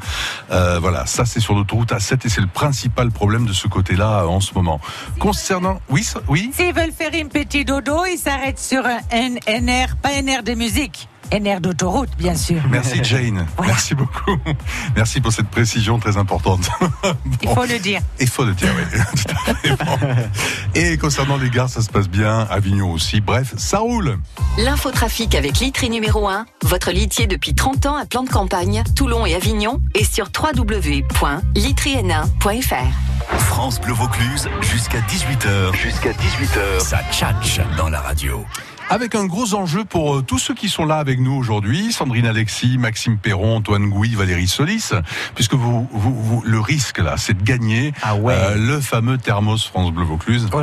Euh, voilà, ça c'est sur l'autoroute A7 et c'est le principal problème de ce côté-là euh, en ce moment. Concernant, oui, ça- oui. S'ils veulent faire une petite dodo, ils s'arrêtent sur un, un- un air, pas un air de musique. un air d'autoroute, bien sûr. Merci Jane. Merci beaucoup. Merci pour cette précision très importante. Il faut le dire. Il faut le dire, oui. Tout à fait. Bon. Et concernant les gares, ça se passe bien. Avignon aussi. Bref, ça roule. L'infotrafic avec Litry numéro 1, votre litier depuis 30 ans à plan de campagne, Toulon et Avignon, et sur www.litryn1.fr. France Bleu Vaucluse, jusqu'à 18h. Jusqu'à 18h. Ça tchatche dans la radio. Avec un gros enjeu pour euh, tous ceux qui sont là avec nous aujourd'hui, Sandrine Alexis, Maxime Perron, Antoine Gouy, Valérie Solis, puisque vous, vous- vous- le risque là, c'est de gagner Ah euh, le fameux thermos France Bleu Vaucluse. Oh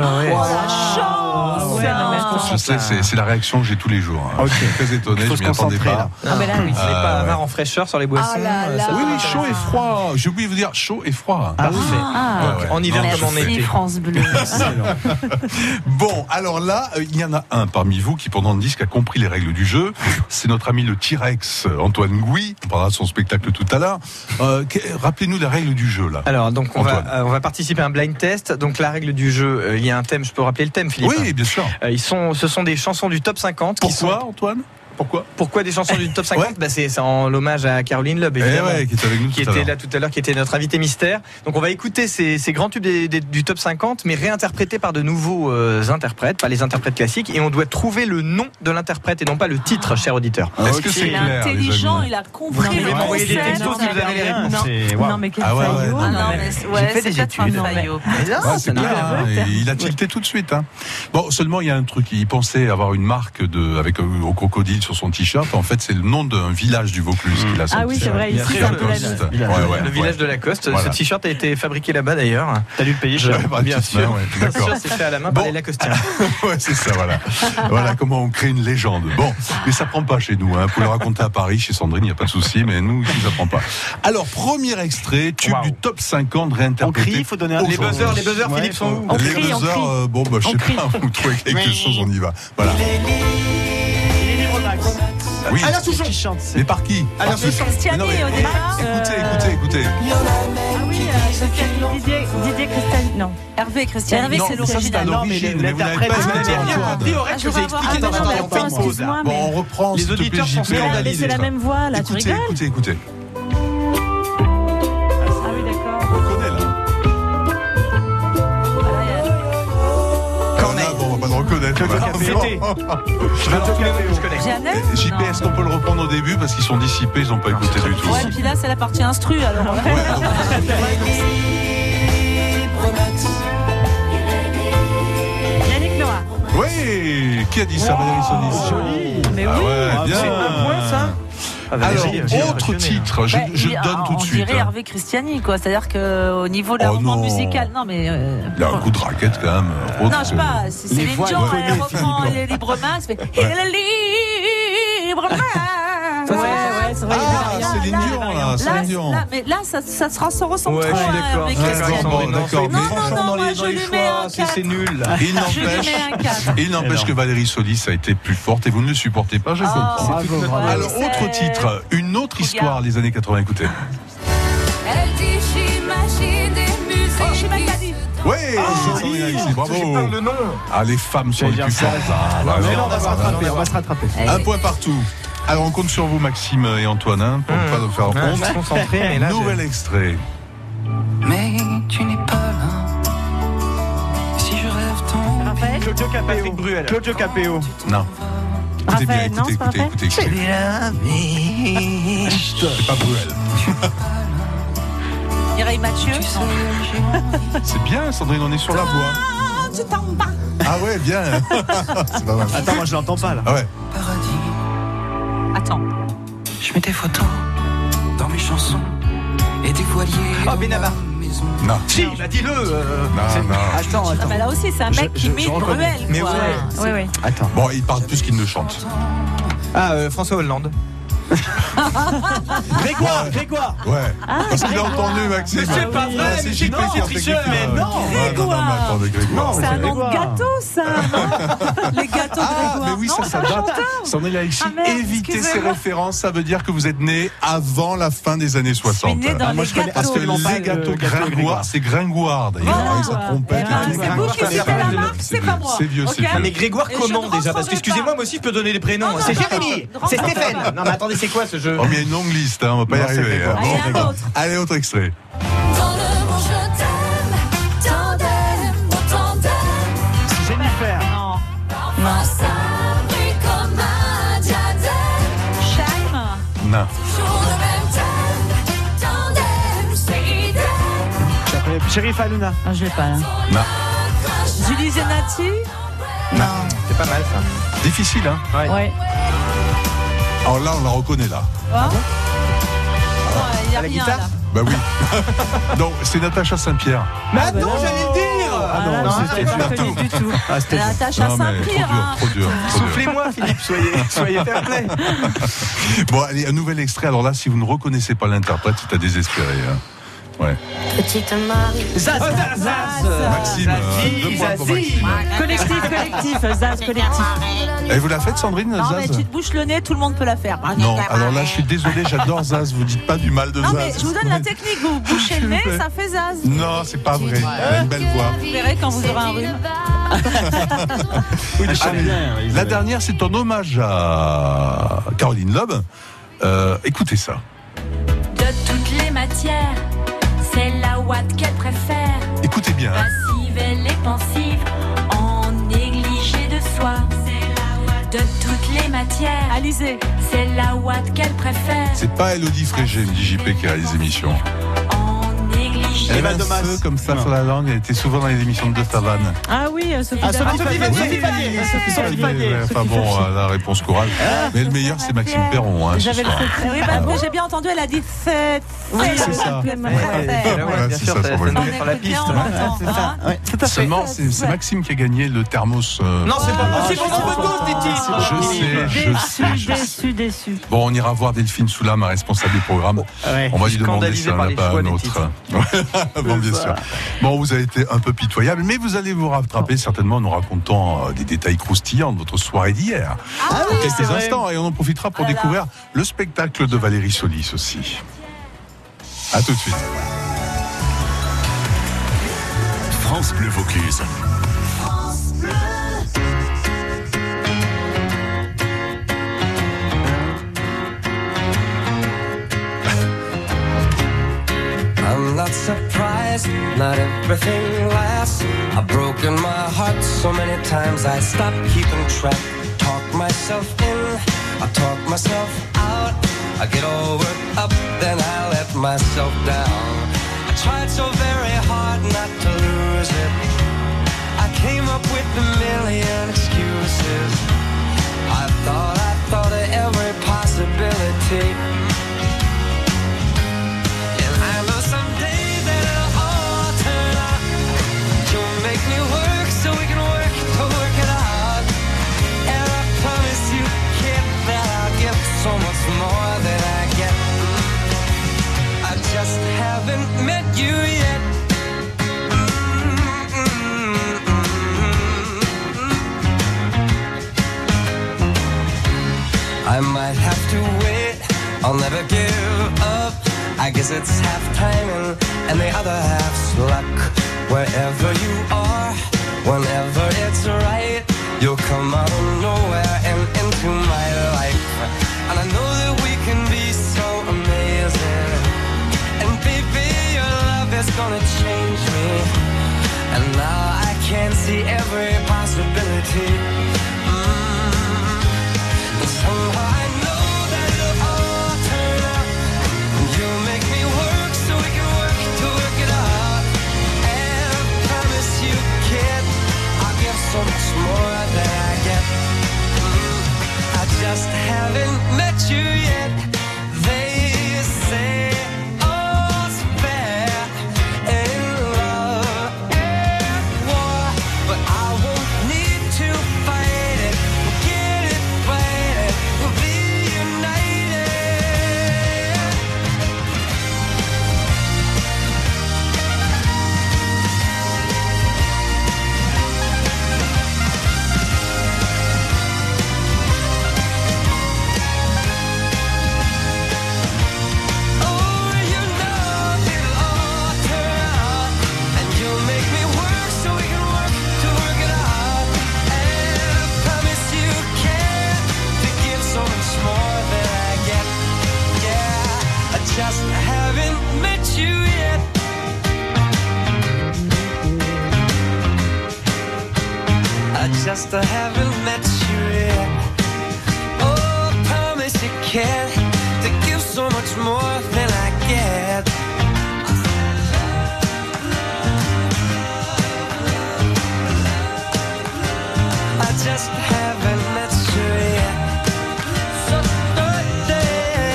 Je sais, c'est c'est la réaction que j'ai tous les jours. hein. Je suis très étonné, Faut je se m'y attendais concentrer, pas. Euh, là. Ah, mais là, oui. Ce n'est pas un ouais. vin en fraîcheur sur les boissons, Ah là euh, ça là. peut oui, oui, être chaud et froid. J'ai oublié de vous dire chaud et froid. Parfait. Ah. Donc, en hiver Non, comme en je sais. été. France Bleu. Bon, alors là, euh, il y en a un parmi vous qui, pendant le disque, a compris les règles du jeu. C'est notre ami le T-Rex, euh, Antoine Gouy. On parlera de son spectacle tout à l'heure. Euh, que- Rappelez-nous les règles du jeu, là. Alors, donc, on Antoine. va, euh, on va participer à un blind test. Donc, la règle du jeu, euh, il y a un thème. Je peux rappeler le thème, Philippe Euh, Oui, bien sûr. ils sont, ce sont des chansons du top 50. Pourquoi, Antoine Pourquoi Pourquoi des chansons du top 50 Bah, C'est c'est en l'hommage à Caroline Loeb, évidemment. Eh ouais, qui était avec nous Qui tout à était l'heure. là tout à l'heure, qui était notre invité mystère. Donc, on va écouter ces, ces grands tubes des- des- du top 50, mais réinterprétés par de nouveaux euh, interprètes, pas les interprètes classiques. Et on doit trouver le nom de l'interprète et non pas le titre, cher auditeur. Est-ce que Il c'est est clair, les intelligent, amis il a compris Vous le pouvez m'envoyer des concept. textos si vous avez les réponses. Non. C'est- Non, waouh. mais quel Ah ouais, ouais, faillot. non, Non, mais- mais J'ai ouais, fait c'est des peut-être un études, non, faillot. Ouais, c'est clair, hein. Et il a tilté tout de suite. hein. Bon, seulement il y a un truc. Il pensait avoir une marque de avec euh, au crocodile sur son t-shirt. En fait, c'est le nom d'un village du Vaucluse qu'il a sorti. Ah oui, c'est vrai, Il y a ici, très dans le Lacoste. village. Ouais, ouais, le ouais. village de Lacoste. Voilà. Ce t-shirt a été fabriqué là-bas d'ailleurs. T'as dû le payer, cher. bien Petite main, sûr. ouais, Bien d'accord. sûr, c'est fait à la main par les Lacostiens. ouais, c'est ça, voilà. Voilà comment on crée une légende. Bon, mais ça prend pas chez nous. Hein. Vous pouvez le raconter à Paris, chez Sandrine, il n'y a pas de souci, mais nous, ici, ça prend pas. Alors, premier extrait, tube du top 50 réinterprété. On crie, faut donner un- aujourd'hui. Les buzzers, les buzzers, Philippe, sont où On Les crie, on buzzers, crie. euh, bon, bah, je On sais crie. pas, vous trouvez quelque chose, on y va. Voilà. Oui. Alain Souchon qui chante. Mais par qui Ah, Alain Par qui Souchon. Mais non, mais- Christiani, au départ, Écoutez, euh, écoutez, écoutez. Ah euh, Didier, Didier Christian, non. Hervé Christian. Hervé, Non, c'est mais ça, c'est l'original. à l'origine, mais vous n'avez pas Ah, écouté, d'accord. Antoine. Ah, je Théorème vais que j'ai avoir- expliqué ah, dans non, la mais dernière fois. attends, excuse-moi, Bon, on mais- reprend. Les s'il te plaît, auditeurs JP. sont scandalisés, C'est la même voix, là, tu Écoutez, rigoles Écoutez, écoutez. Ah oui, d'accord. On connaît, là. Ah, là, bon, on va pas le reconnaître. Voilà. C'était. Alors, Jeannette eh, JP, est-ce qu'on peut le reprendre au début Parce qu'ils sont dissipés, ils n'ont pas écouté du tout. Ouais, puis là, c'est la partie instru, alors. Yannick Noah. Oui Qui a dit ça, Valérie Sonis Joli Mais Ah oui. ouais, bien C'est un point, ça Ah, Alors, Valérie, j'ai autre impressionné, titre, je, Ouais, je il- donne ah, tout de suite. On dirait hein. Hervé Christiani, quoi. C'est-à-dire qu'au niveau de la Oh reprendre non. Oh, musicale. Non, mais. euh, Il a un coup de raquette quand même. non, autre je que- sais pas. C'est c'est les gens, elle reprend les libres mains. Elle fait. Il est libre main. Ouais, ouais, c'est vrai. Ah, Céline Dion, là, Céline Dion. Là, mais là, ça, ça se ressent- ressemble Ouais, trop. je suis hein, d'accord. Hervé je suis Christiani. d'accord, Bon, mais non, d'accord. soyez Non, franchement dans les- dans les choix, c'est- C'est nul. Ah, Il n'empêche, il n'empêche que Valérie Solis a été plus forte et vous ne le supportez pas, je comprends. bravo, bravo. Alors, autre titre, une autre histoire des années 80, écoutez. Elle dit j'imagine des musiques. Oh, Oui, bravo. Ah, les femmes sont les plus fortes. là. Non, Bah, mais non, on va se rattraper, on va se rattraper. Un point partout. Alors, on compte sur vous, Maxime et Antoine, hein, pour ne pas nous faire Ouais, honte. je suis concentré, mais là, Nouvel j'ai- extrait. Mais tu n'es pas là. Si je rêve tant. Claudio Capéo. Claudio Capéo. Non. Écoutez bien, écoutez, écoutez, écoutez, écoutez. C'est la vie. C'est pas Bruel. hein. Mireille Mathieu. C'est bien, Sandrine, on est sur la voie. Tu t'en vas. Ah ouais, bien. C'est pas mal. Attends, moi je l'entends pas là. Ah ouais. Attends. Je mets tes photos dans mes chansons et des voiliers. Oh, Benabar. Non. Si, bah dis-le. euh, Non, non. Attends, Ah, bah là aussi, c'est un mec qui met Bruel. Mais quoi. ouais. Ouais, ouais. Attends. Bon, il parle plus qu'il ne chante. Ah, euh, François Hollande. Grégoire, Grégoire. Ouais. Ah, Parce qu'il a Grégoire. entendu Maxime. Mais c'est pas vrai, Ah, mais c'est JP non, qui a fait tricheur. Grégoire. Mais non. euh, Ouais, non, non, mais attendez, Grégoire. C'est un nom de gâteau, ça non Les gâteaux de Ah, Grégoire. mais oui, Non, ça, c'est ça un date. chanteur. C'en est là, ici. Ah, merde, Évitez ces excusez-moi. références, ça veut dire que vous êtes né avant la fin des années 60. né dans Ah, moi, les je connais gâteaux. Parce que absolument pas les le gâteaux gâteau Gringoire, Gringoire. c'est Gringoire d'ailleurs, Voilà. avec sa Ah, trompette. Eh ben, et tout. c'est vous qui citez la marque, C'est c'est pas vieux, moi. C'est vieux, c'est Ok vieux. Ah, mais Grégoire, Et je comment ne déjà Parce rentrerai que, excusez-moi, moi aussi, je peux donner les prénoms. Non, non, c'est non, Jérémy, non, non, c'est non, Stéphane. non, non. Non, mais attendez, c'est quoi ce jeu Oh, mais il y a une longue liste, hein, on va pas y Non, c'est arriver. Grégoire. hein. Bon, Allez, un Grégoire. autre. Allez, autre extrait. Dans le vent, je t'aime, tandem, mon tandem. Jennifer. Non. Ma sabri comme un diadème. Chaim. Non. Toujours le même thème, tandem, c'est idem. Sheriff Aluna. Ah, je l'ai hein. pas là. Non. Julie Zenati Non. C'est pas mal ça. Difficile, hein Ouais. Alors là, on la reconnaît là. Il n'y a rien là. Bah oui. non, c'est Natacha Saint-Pierre. Mais bah attends, j'allais le dire Ah non, c'était dur. Ah, c'était dur. Natacha Non, mais Saint-Pierre, hein. Trop dur, trop dur. trop dur. Soufflez-moi, Philippe, soyez, soyez fair play. Bon, allez, un nouvel extrait. Alors là, si vous ne reconnaissez pas l'interprète, c'est à désespérer. hein. Ouais. Petite Marie. Zaza, Zaza. Maxime, euh, deux points pour Maxime. Collectif, collectif, Zaz, collectif. Et vous la faites, Sandrine Non, mais Zaz Ah, tu te bouches le nez, tout le monde peut la faire. Non, alors là, je suis désolé, j'adore Zaz. Vous dites pas du mal de Non, Zaz. mais je vous donne la technique, vous vous bouchez le nez, ça fait zaz. Non, c'est pas vrai. Elle a une belle voix. Vous verrez quand vous aurez un rhume. Allez, la dernière, c'est en hommage à Caroline Loeb. Euh, écoutez ça. De toutes les matières, c'est la ouate qu'elle préfère. Écoutez bien. hein. Passive, elle est pensive, en négligée de soi. De toutes les matières, Alizé, c'est la ouate qu'elle préfère. C'est pas Elodie Frégé, me dit JP, qui réalise l'émission. Négligée Elle a un de feu comme ça sur la langue. Elle était souvent dans les émissions de Savane. Ah oui, euh, Sophie Ah, Sophie Davant. Davant, Sophie Davant. Ah, Sophie Sophie Davant. Ouais, Enfin bon, euh, la réponse chorale. Mais le meilleur, c'est Maxime Perron. hein, ce Ah, J'avais le soir. secret. Oui, bah, moi, j'ai bien entendu, elle a dit fête. fête, c'est ça. fête, Ouais, fête. Voilà, c'est Ah, ça, ça, On voilà. écoute bien, on attend, hein. Ah, Seulement, c'est c'est Maxime qui a gagné le thermos. euh, Non, c'est pas Ah, possible, Ah, on en veut tous des Je sais, titres. je sais, je sais. Déçu, déçu. Bon, on ira voir Delphine Soula, ma responsable du programme. On va lui demander Scandalisée si elle par n'a les pas choix un des autre. Ouais, bon, bien sûr. Bon, vous avez été un peu pitoyable, mais vous allez vous rattraper certainement en nous racontant euh, des détails croustillants de votre soirée d'hier. Dans Ah c'est quelques vrai. Ah instants, et on en profitera pour découvrir le spectacle de Valérie Solis aussi. À tout de suite. France Bleu Vaucluse. I'm not surprised, not everything lasts. I've broken my heart so many times I stopped keeping track. Talk myself in, I talk myself out. I get all worked up, then I let myself down. I tried so very hard not to lose it. I came up with a million excuses. I thought, I thought of every possibility. And I know someday that it'll all turn out. You'll make me work so we can work to work it out. And I promise you, kid, that I'll give so much more than I get. I just haven't met you yet. I might have to wait, I'll never give up. I guess it's half timing and the other half's luck. Wherever you are, whenever it's right, you'll come out of nowhere and into my life. And I know that we can be so amazing. And baby, your love is gonna change me. And now I can see every possibility. Mm. Somehow I know that it'll all turn out. You make me work so we can work to work it out. And I promise you, kid, I'll give so much more than I get. Mm, I just haven't met you yet. They say all's fair in love and war, but I won't need to fight it. We'll get it right. We'll be united. just I haven't met you yet. Oh, I promise you can to give so much more than I get. I just haven't met you yet. So birthday,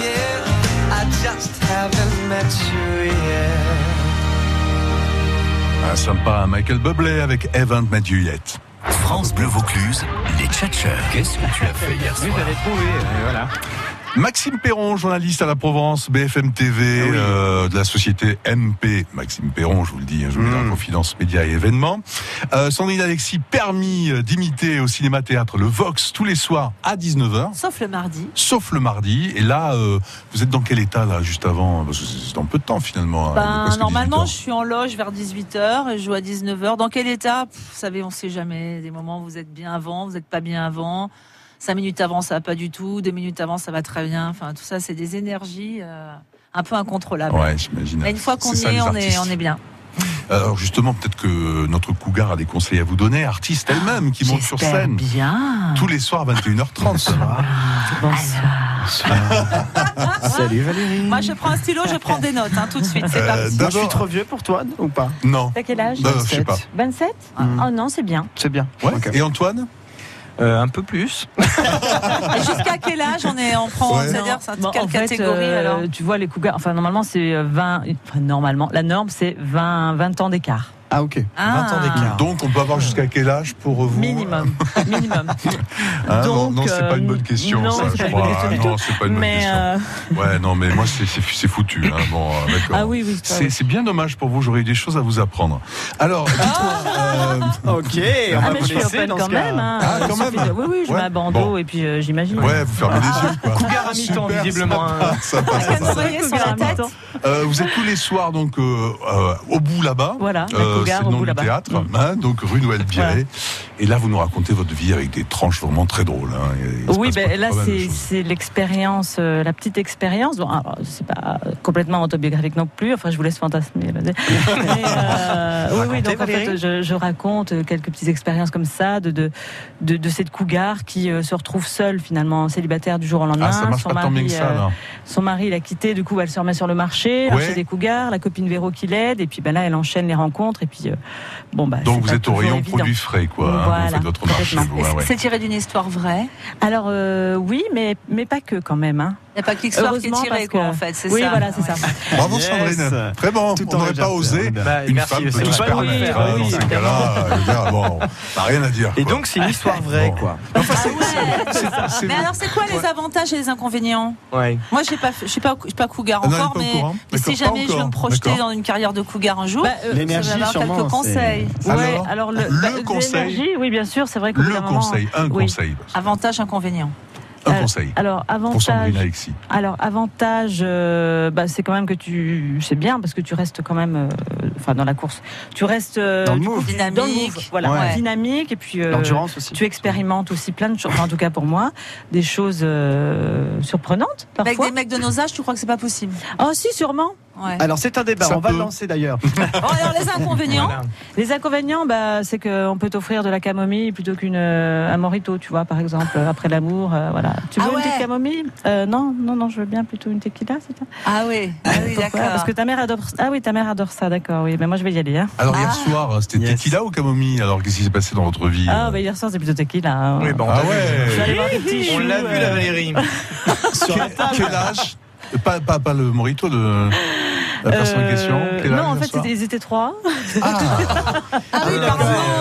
yeah, I just haven't met you yet. Ah, sympa, Michael Bublé avec Evan Maduyette. France Bleu Vaucluse, les tchatcheurs. Qu'est-ce que tu as fait hier soir voilà. Maxime Perron, journaliste à la Provence, BFM TV, euh, de la société MP. Maxime Perron, je vous le dis, hein, je vous mets dans confidence médias et événements. Euh, Sandrine Alexis, permis euh, d'imiter au cinéma-théâtre le Vox tous les soirs à 19h. Sauf le mardi. Sauf le mardi. Et là, euh, vous êtes dans quel état, là, juste avant Parce que c'est dans peu de temps, finalement. hein, Ben, presque 18 normalement, heures. je suis en loge vers 18h et je joue à 19h. Dans quel état Pff, Vous savez, on sait jamais. Des moments où vous êtes bien avant, vous n'êtes pas bien avant. Cinq minutes avant, ça va pas du tout. Deux minutes avant, ça va très bien. Enfin, tout ça, c'est des énergies euh, un peu incontrôlables. Ouais, j'imagine. Mais une fois qu'on C'est y ça, est, les on est, artistes. on est bien. Alors justement, peut-être que notre Cougar a des conseils à vous donner, artiste elle-même qui monte sur scène. bien. Tous les soirs 21h30. ça va. Salut Valérie. Moi, je prends un stylo, je prends des notes hein, tout de suite. C'est Euh, parti. Moi, Ah, je suis trop vieux pour toi ou pas Non. T'as quel âge Bah, je sais pas. Hmm. 27 Oh non, c'est bien. C'est bien. Ouais. Et Antoine Euh, Un peu plus. Ah, Jusqu'à quel âge on est on prend Ouais. C'est-à-dire, c'est Bon, quelle en fait, catégorie euh, alors Tu vois, les cougars, enfin, normalement, c'est euh, 20. enfin, normalement, la norme, c'est 20, 20 ans d'écart. Ah, ok. Ah. 20 ans d'écart. Donc on peut avoir jusqu'à quel âge pour vous Minimum. Minimum. Hein, non, Donc, non, c'est euh, pas une bonne question. non, ça, c'est je pas une crois. bonne question Ah, du non, tout. c'est pas une bonne Mais, question. euh, Ouais, non, mais moi, c'est- c'est c'est foutu. hein. Bon, euh, d'accord. Ah oui, oui, c'est pas C'est vrai. c'est bien dommage pour vous, j'aurais eu des choses à vous apprendre. Alors, euh, Ok, ah, on mais va vous je suis laisser open dans ce quand cas. même. hein. Ah, Il quand suffit même. de- Oui, oui, je Ouais. mets un bandeau et puis euh, j'imagine. Ouais, vous fermez les yeux. Quoi. Cougar à mi-temps, Super, visiblement, euh, ça passe, ça passe, ça passe. Soyez sur la tête. Euh, vous êtes tous les soirs donc euh, euh, au bout là-bas. Euh, Voilà, la Cougar, c'est au le nom bout du là-bas. Mm. théâtre, hein, donc rue Noël Biret. Et là, vous nous racontez votre vie avec des tranches vraiment très drôles. hein. Il se Oui, passe pas ben, là, mal de c'est choses. c'est l'expérience, euh, la petite expérience. Bon, alors, c'est pas euh, complètement autobiographique non plus. Enfin, je vous laisse fantasmer. là. Mais, euh, oui, oui, donc en fait, je, je raconte euh, quelques petites expériences comme ça de, de, de, de cette cougar qui euh, se retrouve seule, finalement, célibataire du jour au lendemain. Ah, ça marche son, pas tant mari, euh, bien que ça, là. son mari l'a quittée, du coup, elle se remet sur le marché, alors, Ouais. chez des cougars, la copine Véro qui l'aide, et puis ben, là, elle enchaîne les rencontres. Et puis, euh, bon, bah, Donc c'est vous pas êtes au toujours rayon évident. produits frais, quoi. hein, Voilà, vous faites votre marché. complètement. vous, ouais, ouais. Et c'est- tiré d'une histoire vraie Alors euh, oui, mais, mais pas que quand même. Hein. Il n'y a pas que l'histoire qui est Heureusement, tirée, parce quoi, que- en fait. C'est oui, ça. voilà, c'est ça. Bravo Yes. Sandrine. Vraiment, Tout on n'aurait envers, pas osé. Bah, une merci, femme peut c'est tout se vrai. permettre. Oui, hein, oui, dans ces évidemment. cas-là, euh, je veux dire, bon, on n'a rien à dire. Et donc, c'est une histoire vraie, quoi. Mais alors, c'est quoi les avantages et les inconvénients Ouais. Moi, j'ai pas, je suis pas, je suis pas cougar Ah non, elle est encore, pas au mais, courant. mais si D'accord, pas jamais je veux encore. me projeter D'accord. dans une carrière de cougar un jour, Bah, je euh, vais L'énergie, avoir sûrement, quelques c'est- conseils. Ah, Alors, Ouais, alors le- le Bah, conseil. l'énergie, Oui, bien sûr, c'est vrai qu'au bout Le d'un moment- conseil, un oui. conseil. Avantages, inconvénients. Un Euh, conseil. Alors Pour Sandrine avantage. Alexis. Alors avantage, euh, bah, c'est quand même que tu, c'est bien parce que tu restes quand même, euh, enfin dans la course, tu restes euh, Dans le du move. dans le Dynamique. move, voilà, Ouais. dynamique et puis euh, L'endurance aussi. tu expérimentes aussi plein de choses. Enfin, en tout cas pour moi, des choses euh, surprenantes parfois. Avec des mecs de nos âges, tu crois que c'est pas possible Oh si, sûrement. Ouais. Alors c'est un débat, Ça on va peut. le lancer d'ailleurs. Bon, alors, les inconvénients Les inconvénients, bah, c'est qu'on peut t'offrir de la camomille plutôt qu'un morito, tu vois, par exemple, euh, après l'amour. euh, voilà. Tu veux Ah une petite ouais. camomille Euh, Non, non, non, je veux bien plutôt une tequila, c'est ça Ah oui, ah oui, Pourquoi d'accord. Parce que ta mère adore. Ah oui, ta mère adore ça, d'accord. Oui, mais moi je vais y aller. Hein. Alors hier soir, c'était tequila ou camomille Alors qu'est-ce qui s'est passé dans votre vie euh, Ah, bah hier soir c'est plutôt tequila. hein. Oui, bah, on Ah t'a vu. ouais. Je suis allée voir des petits On choux, l'a vu, la euh, Valérie. Sur la table. Quel âge pas, pas, pas le morito de la personne en euh, question. Quel âge non, en hier fait, soir c'était- ils étaient trois. Ah, Ah,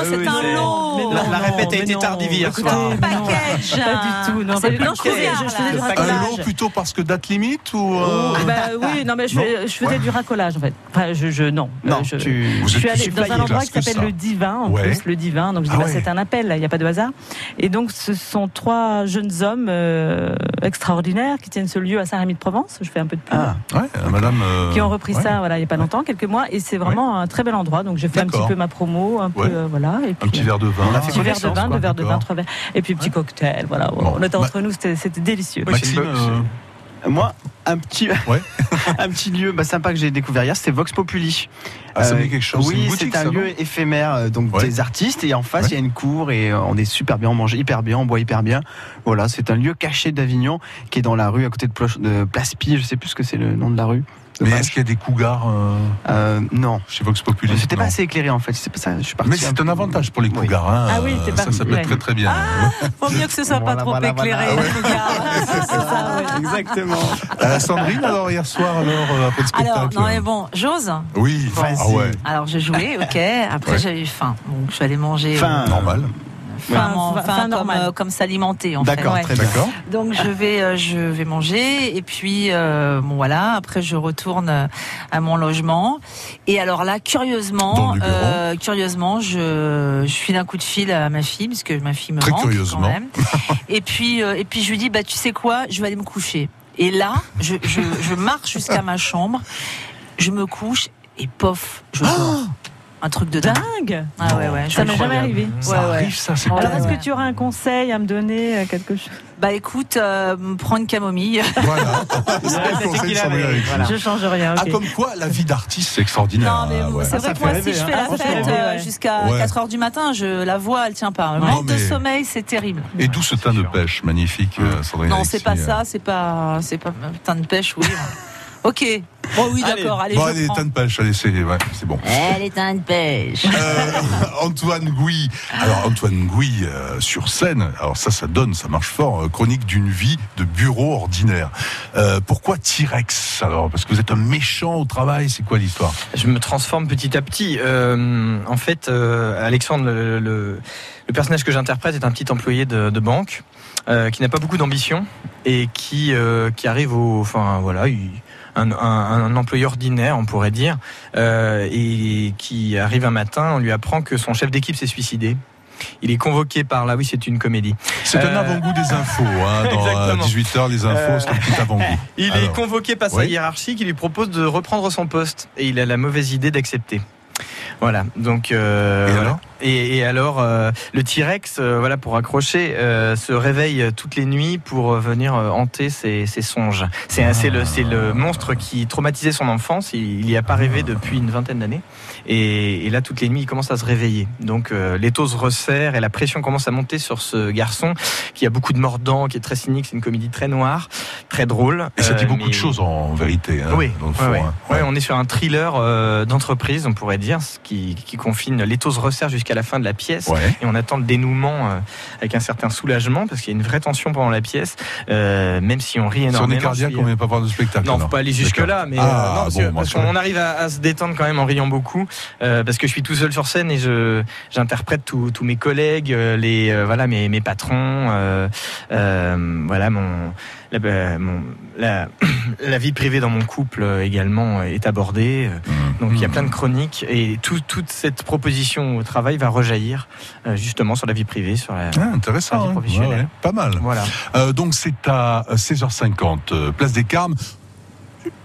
c'est un long. La, la répète a été tardive hier soir. bah, Package. Pas du tout, non. C'est pas le du blanc tout. cougar, Je là. faisais du un racolage. lot plutôt parce que date limite ou euh, Oh, bah oui, non, mais je, fais- je faisais du racolage en fait. Enfin, je, je- non. Non, Euh, je, tu- je vous suis êtes allée plus dans un failli, endroit parce qui que s'appelle ça. le Divin, en Ouais. plus, le Divin. Donc je dis, Ah bah, ouais. c'est un appel, là, il n'y a pas de hasard. Et donc, ce sont trois jeunes hommes euh, extraordinaires qui tiennent ce lieu à Saint-Rémy-de-Provence. Je fais un peu de pub. ouais, euh, Madame. euh, Qui ont repris ouais. ça, voilà, il n'y a pas longtemps, quelques mois, et c'est vraiment un très bel endroit. Donc j'ai fait un D'accord. petit peu ma promo, un peu, Ouais. euh, voilà, et Un petit verre de vin. un petit verre de vin, deux verres de vin, trois verres, et puis un petit cocktail, voilà. On était entre nous, c'était c'était délicieux. Maxime, euh, Moi, un petit, un petit lieu bah, sympa que j'ai découvert hier, c'était Vox Populi. Euh, Ah, ça me dit quelque chose, c'est une Oui, boutique, c'est un ça, non lieu éphémère, euh, donc Ouais. des artistes, et en face, il y a une cour, et euh, on est super bien, on mange hyper bien, on boit hyper bien. Voilà, c'est un lieu caché d'Avignon, qui est dans la rue à côté de, Ploche- de Place Pie, je sais plus ce que c'est le nom de la rue. Euh, Mais est-ce qu'il y a des cougars euh, Non. Chez Vox Populi C'était pas non. assez éclairé en fait, c'est pas ça, je suis parti Mais c'est un avantage pour les cougars. hein. Ah oui, t'es ça, parti, ça peut ouais. être très très bien. Ah. Faut mieux que ce soit pas trop éclairé. Exactement. Euh, Sandrine, alors hier soir, alors, euh, après le spectacle Alors, non, mais bon, j'ose Oui, ah ouais. Alors, j'ai joué, ok. Après, Ouais. j'ai eu faim. Donc, je suis allée manger. Faim. euh, Normal. Faim, Ouais. en- Faim faim comme, euh, comme s'alimenter, en fait. D'accord, très bien. D'accord. Donc, je vais, euh, je vais manger. Et puis, euh, bon, voilà. Après, je retourne euh, à mon logement. Et alors là, curieusement, euh, curieusement, je, je file un coup de fil à ma fille, parce que ma fille me Très manque curieusement. quand même. Et puis, euh, et puis je lui dis, bah tu sais quoi, je vais aller me coucher. Et là, je, je, je marche jusqu'à ma chambre, je me couche et pof, je dors. Un truc de dingue. Ah ouais, ouais, Ça m'est je- jamais arrivé. Ouais, ouais. Alors, est-ce que tu aurais un conseil à me donner, euh, quelque chose Oh Bah écoute, euh, prends une camomille. Ah Quel conseil de Sandrine avec vous Je change rien. Ah, comme quoi, la vie d'artiste, c'est extraordinaire. Non, mais hein, Ah, ouais. c'est vrai que moi, si je fais la fête euh, jusqu'à Ouais. 4h du matin, je la vois, elle tient pas. Non, Manque de mais- sommeil, c'est terrible. Et d'où ce teint de pêche magnifique, euh, Sandrine Non, c'est pas Alexis, euh. ça, c'est pas, c'est pas un teint de pêche, oui. ok. Bon, Oh oui, d'accord, allez, Eh. bon, je allez, prends. teint de pêche, allez, c'est ouais, c'est bon. Elle est un de pêche. Euh, Antoine Gouy. Alors Antoine Gouy euh, sur scène. Alors ça, ça donne, ça marche fort. euh, chronique d'une vie de bureau ordinaire. Euh, pourquoi T-Rex alors Parce que vous êtes un méchant au travail. C'est quoi l'histoire Je me transforme petit à petit. Euh, en fait, euh, Alexandre, le, le- le personnage que j'interprète est un petit employé de, de banque euh, qui n'a pas beaucoup d'ambition et qui euh, qui arrive au, enfin voilà, il- un, un- un employé ordinaire, on pourrait dire, euh, et qui arrive un matin, on lui apprend que son chef d'équipe s'est suicidé. Il est convoqué par là, oui, c'est une comédie. C'est un Euh, avant-goût des infos. Hein, dans Exactement. 18h, les infos, Euh, c'est un petit avant-goût. Il est Alors, convoqué par sa oui. hiérarchie qui lui propose de reprendre son poste et il a la mauvaise idée d'accepter. Voilà, donc euh, voilà. et alors, et, alors euh, le T-Rex, euh, voilà pour accrocher, euh, se réveille euh, toutes les nuits pour euh, venir euh, hanter ses, ses songes. C'est un- c'est le, c'est le monstre qui traumatisait son enfance. Il n'y a pas rêvé depuis une vingtaine d'années. Et, et là, toutes les nuits, il commence à se réveiller. Donc euh, l'étau se resserre et la pression commence à monter sur ce garçon qui a beaucoup de mordants, qui est très cynique. C'est une comédie très noire, très drôle. Et ça dit Euh, beaucoup mais- de choses en vérité. hein, oui, dans le fond, ouais, ouais. hein. Ouais, on est sur un thriller euh, d'entreprise, on pourrait dire, ce qui, qui confine l'étau se resserre jusqu'à la fin de la pièce. Ouais. Et on attend le dénouement euh, avec un certain soulagement, parce qu'il y a une vraie tension pendant la pièce, euh, même si on rit Si on énormément. euh, est cardiaque, si- on ne vient pas voir de spectacle. non, faut alors. pas aller jusque-là, Ah, D'accord. mais Ah, euh, non, parce bon, que- moi, parce je savais qu'on arrive à, à se détendre quand même en riant beaucoup, euh, parce que je suis tout seul sur scène et je j'interprète tous tous mes collègues, euh, les euh, voilà mes, mes patrons, euh, euh, voilà mon la, bah, mon- la, la vie privée dans mon couple euh, également est abordée. euh, Mmh. Donc il y a plein de chroniques et tout- toute cette proposition au travail va rejaillir euh, justement sur la vie privée, sur la, Ah, intéressant, la vie hein. professionnelle. Ouais, ouais, pas mal. Euh, Voilà. Euh, donc c'est à 16h50, euh, place des Carmes,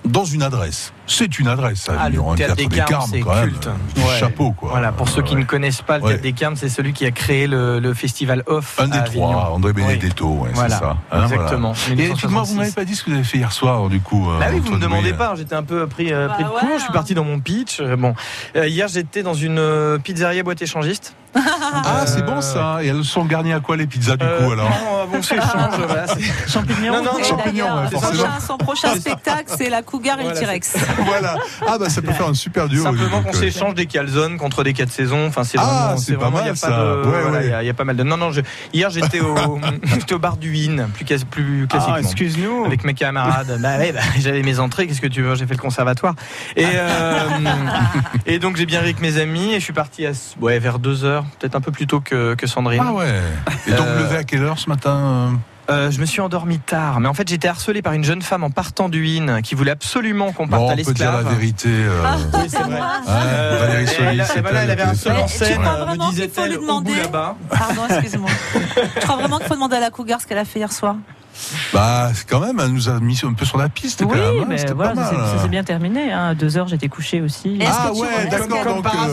dans une adresse. C'est une adresse à Ah, le Avignon, hein, théâtre des Carmes, c'est quand même. culte. Du Ouais. Chapeau, quoi. Voilà, pour ceux qui ouais. ne connaissent pas, le Ouais. Théâtre des Carmes, c'est celui qui a créé le, le festival Off. Un des trois, André Benedetto, ouais, Voilà, c'est ça. Hein, voilà. exactement. Et dites-moi, vous 1966. m'avez pas dit ce que vous avez fait hier soir, du coup. euh, Bah oui, vous me Antoine demandez Bouillet. pas, j'étais un peu pris, euh, pris de court, je suis parti dans mon pitch. euh, Bon, Euh, hier j'étais dans une euh, pizzeria boîte échangiste. Euh, Ah, c'est bon ça. Et elles sont garnies à quoi les pizzas, du coup, alors Non, Oh, bon, c'est échange, voilà. c'est- Champignons. Non, non, Et champignons, d'ailleurs, ouais, son forcément. prochain- Son prochain spectacle, c'est la cougar et le Voilà, T-Rex. Voilà. Ah, bah ça peut faire un super duo. Simplement donc, qu'on euh, s'échange des calzones contre des cas de saison. Enfin, c'est Ah, vraiment, c'est c'est pas vraiment, il mal, y a pas ça. de, Ouais, voilà, ouais. il y a- il y, a pas mal de. Non, non, je- hier j'étais au, j'étais au bar du Win, plus, cas- Ah, plus classiquement. excuse-nous. Avec mes camarades. Bah ouais, bah, j'avais mes entrées. Qu'est-ce que tu veux J'ai fait le conservatoire. Et euh, et donc j'ai bien ri avec mes amis et je suis parti à s- ouais vers 2 heures, peut-être un peu plus tôt que, que Sandrine. Ah ouais. Et donc, Euh, levé à quelle heure ce matin euh, je me suis endormi tard, mais en fait j'étais harcelé par une jeune femme en partant du Win qui voulait absolument qu'on parte Bon, à on peut dire l'esclave. Ah, la vérité. euh, Oui, c'est vrai. hein, Valérie Et elle, Solis, elle- c'est voilà, elle avait un seul en téléphone. scène, crois me vraiment qu'il faut disait-elle, lui euh, au bout demander là-bas. Pardon, excuse-moi. Je crois vraiment qu'il faut demander à la cougar ce qu'elle a fait hier soir. Bah, quand même, elle nous a mis un peu sur la piste, quand Oui, même. hein, mais c'était pas voilà, ça mal. s'est- ça s'est bien terminé. hein. À deux heures, j'étais couché aussi. Ah ouais, d'accord. donc, euh, peux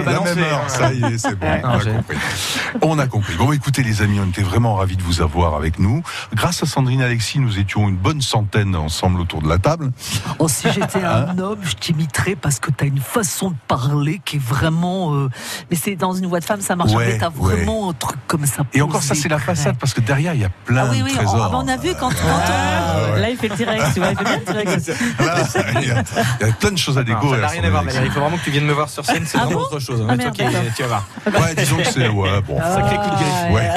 la balancer, même heure, hein. ça y est, c'est bon. Ouais. on, a compris. on a compris. Bon, écoutez, les amis, on était vraiment ravis de vous avoir avec nous. Grâce à Sandrine Alexis, nous étions une bonne centaine ensemble autour de la table. Hein Oh, si j'étais un homme, je t'imiterais parce que t'as une façon de parler qui est vraiment. euh, Mais c'est dans une voix de femme, ça marche. Ouais, mais t'as ouais. vraiment un truc comme ça. Et encore, ça, posé, c'est la prêt. façade, parce que derrière, il y a plein Ah oui, de oui, trésors. on- on a vu quand- quand Ah, ouais. Là, il fait le direct, tu vois, il fait bien le direct. Là, il, y a, il y a plein de choses à Non, découvrir. ça n'a rien à voir, Sandrine Valérie. Il faut vraiment que tu viennes me voir sur scène, c'est Ah vraiment bon autre chose. hein. Ah, Mais toi merde, qui- d'accord. tu vas voir. Ouais, disons que c'est. Ouais, bon. Sacré coup de griffe. Ouais.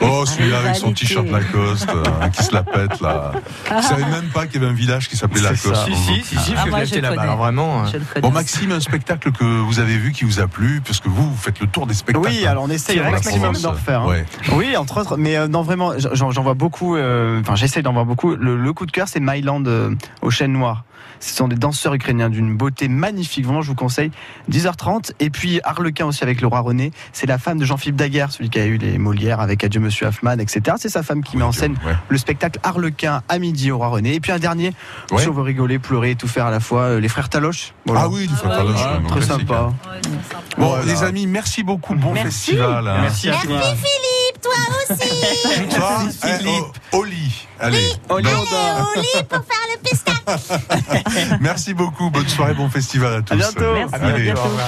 Oh, celui-là avec son t-shirt Lacoste, euh, qui se la pète, là. Je savais même pas qu'il y avait un village qui s'appelait C'est Lacoste. euh, ça. Si, si, si, si, Ah, parce que moi, je j'étais le là-bas. connais. Alors, vraiment, euh. Je le connais. Bon, Maxime, un spectacle que vous avez vu qui vous a plu, parce que vous, vous faites le tour des spectacles. hein. Oui, alors on essaye Direct, au maximum Maxime. d'en refaire. hein. Ouais. Oui, entre autres, mais euh, non vraiment, j'en j'en vois beaucoup. euh, Enfin, j'essaye d'en voir beaucoup. Le, le coup de cœur, c'est Myland euh, au Chêne Noir. Ce sont des danseurs ukrainiens d'une beauté magnifique. Vraiment, je vous conseille. 10h30 et puis Harlequin aussi avec le roi René. C'est la femme de Jean-Philippe Daguerre, celui qui a eu les Molières avec Adieu Monsieur Hoffman, etc. C'est sa femme qui met en scène le spectacle Harlequin à midi au roi René. Et puis un dernier, si on veut rigoler, pleurer, et tout faire à la fois, euh, les frères Taloche. Ah oui, les frères Ah ouais, Taloche, ouais. très classique, sympa. Bon, les amis, merci beaucoup. Bon festival. hein. Philippe, toi aussi. Toi, eh, oh, au lit. Allez, Allez, Bon. au lit pour faire le pistache. Merci beaucoup. Bonne soirée, bon festival à tous. À bientôt. Merci, Allez, à bientôt. au revoir.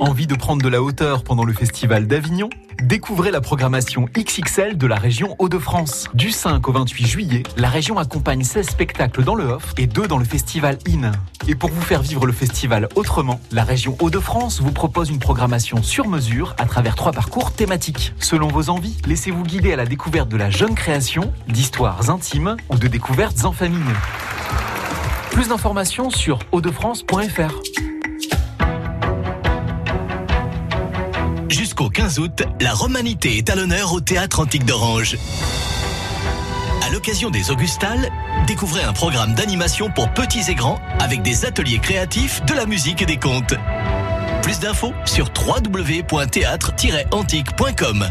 Envie de prendre de la hauteur pendant le festival d'Avignon Découvrez la programmation XXL de la région Hauts-de-France. Du 5 au 28 juillet, la région accompagne 16 spectacles dans le off et 2 dans le festival IN. Et pour vous faire vivre le festival autrement, la région Hauts-de-France vous propose une programmation sur mesure à travers trois parcours thématiques. Selon vos envies, laissez-vous guider à la découverte de la jeune création, d'histoires intimes ou de découvertes en famille. Plus d'informations sur hautdefrance.fr. Jusqu'au 15 août, la romanité est à l'honneur au Théâtre Antique d'Orange. À l'occasion des Augustales, découvrez un programme d'animation pour petits et grands avec des ateliers créatifs, de la musique et des contes. Plus d'infos sur www.théâtre-antique.com.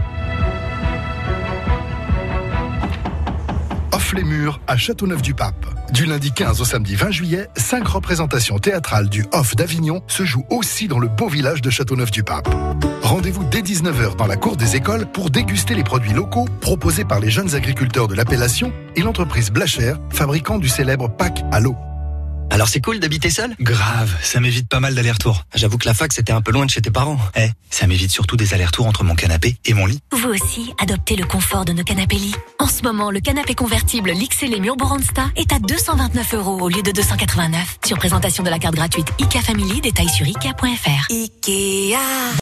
Off les murs à Châteauneuf-du-Pape. Du lundi 15 au samedi 20 juillet, cinq représentations théâtrales du Off d'Avignon se jouent aussi dans le beau village de Châteauneuf-du-Pape. Rendez-vous dès 19h dans la cour des écoles pour déguster les produits locaux proposés par les jeunes agriculteurs de l'appellation et l'entreprise Blacher, fabricant du célèbre Pâques à l'eau. Alors c'est cool d'habiter seul Grave, ça m'évite pas mal d'allers-retours. J'avoue que la fac c'était un peu loin de chez tes parents. Eh, ça m'évite surtout des allers-retours entre mon canapé et mon lit. Vous aussi, adoptez le confort de nos canapés lits. En ce moment, le canapé convertible Lixel et Boransta est à 229 euros au lieu de 289. Sur présentation de la carte gratuite IKEA Family, détail sur IKEA.fr. IKEA